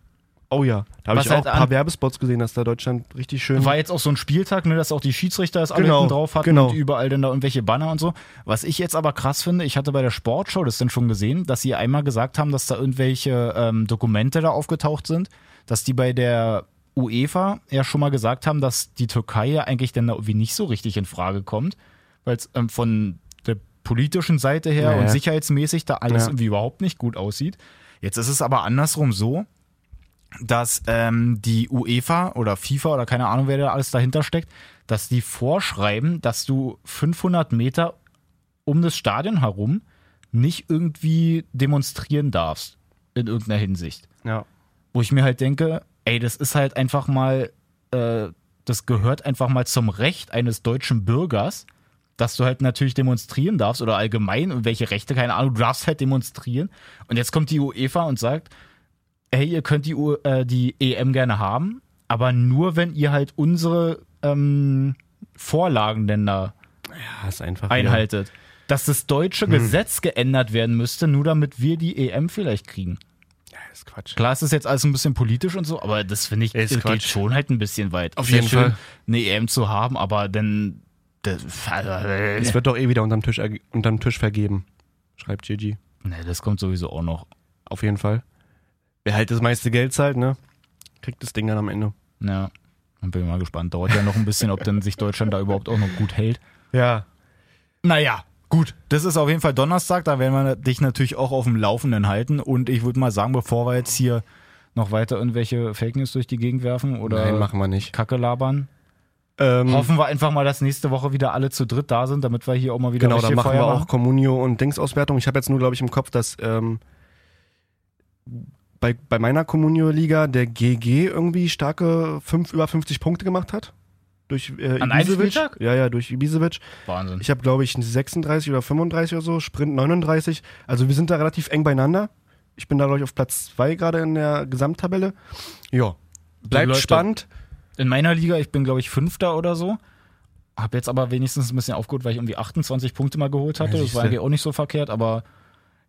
Speaker 2: Oh ja. Da habe
Speaker 1: Was
Speaker 2: ich auch ein
Speaker 1: halt
Speaker 2: paar
Speaker 1: an-
Speaker 2: Werbespots gesehen, dass da Deutschland richtig schön.
Speaker 1: War jetzt auch so ein Spieltag, ne, dass auch die Schiedsrichter es alle
Speaker 2: Genau,
Speaker 1: hinten drauf hatten
Speaker 2: genau.
Speaker 1: und überall dann da irgendwelche Banner und so. Was ich jetzt aber krass finde, ich hatte bei der Sportshow das dann schon gesehen, dass sie einmal gesagt haben, dass da irgendwelche ähm, Dokumente da aufgetaucht sind, dass die bei der UEFA ja schon mal gesagt haben, dass die Türkei ja eigentlich dann da irgendwie nicht so richtig in Frage kommt, weil es ähm, von der politischen Seite her
Speaker 2: Ja,
Speaker 1: und
Speaker 2: ja.
Speaker 1: sicherheitsmäßig da alles
Speaker 2: Ja.
Speaker 1: irgendwie überhaupt nicht gut aussieht. Jetzt ist es aber andersrum so, dass ähm, die UEFA oder FIFA oder keine Ahnung, wer da alles dahinter steckt, dass die vorschreiben, dass du 500 Meter um das Stadion herum nicht irgendwie demonstrieren darfst in irgendeiner Hinsicht.
Speaker 2: ja.
Speaker 1: Wo ich mir halt denke, ey, das ist halt einfach mal, äh, das gehört einfach mal zum Recht eines deutschen Bürgers, dass du halt natürlich demonstrieren darfst oder allgemein und welche Rechte, keine Ahnung, du darfst halt demonstrieren. Und jetzt kommt die UEFA und sagt, hey, ihr könnt die, U äh, die EM gerne haben, aber nur, wenn ihr halt unsere ähm, Vorlagen denn da
Speaker 2: ja, ist einfach.
Speaker 1: einhaltet. Dass das deutsche Gesetz geändert werden müsste, nur damit wir die EM vielleicht kriegen.
Speaker 2: Ja, ist Quatsch.
Speaker 1: Klar ist das jetzt alles ein bisschen politisch und so, aber das finde ich,
Speaker 2: Ist
Speaker 1: das geht
Speaker 2: Quatsch.
Speaker 1: schon halt ein bisschen weit.
Speaker 2: Auf
Speaker 1: Sehr
Speaker 2: jeden
Speaker 1: schön,
Speaker 2: Fall.
Speaker 1: eine EM zu haben, aber dann. Das,
Speaker 2: Es wird doch eh wieder unterm Tisch, erge- unterm Tisch vergeben, schreibt Gigi.
Speaker 1: ne, das kommt sowieso auch noch.
Speaker 2: Auf jeden Fall. Wer halt das meiste Geld zahlt, ne? Kriegt das Ding dann am Ende.
Speaker 1: Ja. Dann bin ich mal gespannt. Dauert ja noch ein bisschen, ob dann sich Deutschland da überhaupt auch noch gut hält.
Speaker 2: Ja.
Speaker 1: Naja, gut. Das ist auf jeden Fall Donnerstag. Da werden wir dich natürlich auch auf dem Laufenden halten. Und ich würde mal sagen, bevor wir jetzt hier noch weiter irgendwelche Fake News durch die Gegend werfen oder
Speaker 2: Nein, machen wir nicht.
Speaker 1: Kacke labern,
Speaker 2: Ähm,
Speaker 1: hoffen wir einfach mal, dass nächste Woche wieder alle zu dritt da sind, damit wir hier auch mal wieder
Speaker 2: Genau, da
Speaker 1: richtig
Speaker 2: machen
Speaker 1: Feuer
Speaker 2: wir auch Communio und Dingsauswertung. Ich habe jetzt nur, glaube ich, im Kopf, dass ähm, bei, bei meiner Communio-Liga der GG irgendwie starke fünf, über 50 Punkte gemacht hat. Durch äh,
Speaker 1: An einem
Speaker 2: Ibisevic.
Speaker 1: Spieltag?
Speaker 2: Ja, ja, durch Ibisevic.
Speaker 1: Wahnsinn.
Speaker 2: Ich habe, glaube ich, 36 oder 35 oder so, Sprint 39. Also wir sind da relativ eng beieinander. Ich bin da, glaube ich, auf Platz 2 gerade in der Gesamttabelle. Ja. Bleibt
Speaker 1: Leute.
Speaker 2: spannend.
Speaker 1: In meiner Liga, ich bin, glaube ich, Fünfter oder so. Hab jetzt aber wenigstens ein bisschen aufgeholt, weil ich irgendwie 28 Punkte mal geholt hatte. das
Speaker 2: Ja,
Speaker 1: war
Speaker 2: siehste.
Speaker 1: eigentlich auch nicht so verkehrt, aber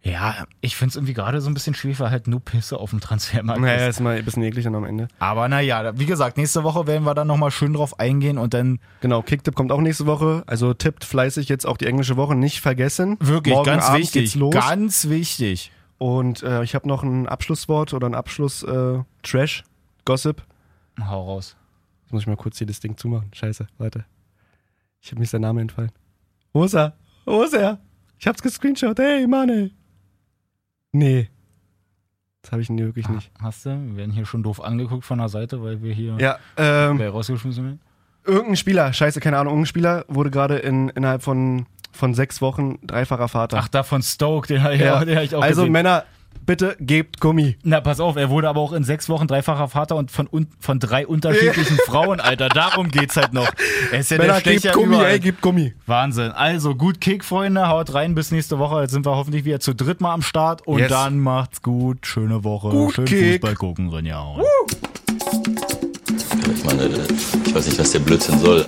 Speaker 1: ja, ich finde es irgendwie gerade so ein bisschen schwierig, weil halt nur Pisse auf dem Transfermarkt ist.
Speaker 2: Naja, ist mal ein bisschen eklig dann am Ende.
Speaker 1: Aber naja, wie gesagt, nächste Woche werden wir dann nochmal schön drauf eingehen und dann
Speaker 2: Genau, Kicktipp kommt auch nächste Woche. Also tippt fleißig jetzt auch die englische Woche nicht vergessen.
Speaker 1: wirklich
Speaker 2: Morgen
Speaker 1: ganz
Speaker 2: Abend
Speaker 1: wichtig,
Speaker 2: geht's los.
Speaker 1: ganz wichtig.
Speaker 2: Und äh, ich habe noch ein Abschlusswort oder ein Abschluss äh, Trash Gossip.
Speaker 1: Hau raus.
Speaker 2: Jetzt muss ich mal kurz hier das Ding zumachen. Scheiße, warte. Ich habe mir ist der Name entfallen. Wo ist er? Wo ist er? Ich hab's gescreenshot. Hey, Mann, ey. Nee. Das habe ich denn hier wirklich nicht.
Speaker 1: Hast du? Wir werden hier schon doof angeguckt von der Seite, weil wir hier
Speaker 2: Ja, ähm,
Speaker 1: wer rausgeschmissen werden.
Speaker 2: irgendein Spieler, scheiße, keine Ahnung, irgendein Spieler wurde gerade in, innerhalb von, von sechs Wochen dreifacher Vater.
Speaker 1: Ach, da von Stoke, den habe ich,
Speaker 2: Ja.
Speaker 1: auch- den hab ich auch
Speaker 2: also
Speaker 1: gesehen.
Speaker 2: Männer, bitte gebt Gummi.
Speaker 1: Na, pass auf, er wurde aber auch in sechs Wochen dreifacher Vater und von, un von drei unterschiedlichen Frauen, Alter. Darum geht's halt noch. Er ist ja der
Speaker 2: Männer,
Speaker 1: Stecher
Speaker 2: gebt Gummi,
Speaker 1: überall.
Speaker 2: ey, gebt Gummi.
Speaker 1: Wahnsinn. Also gut Kick, Freunde. Haut rein bis nächste Woche. Jetzt sind wir hoffentlich wieder zu dritt mal am Start. Und
Speaker 2: Yes.
Speaker 1: dann macht's gut. Schöne Woche.
Speaker 2: Gut
Speaker 1: Schön
Speaker 2: Kick.
Speaker 1: Fußball gucken, Renja.
Speaker 4: Ich meine, ich weiß nicht, was der Blödsinn soll.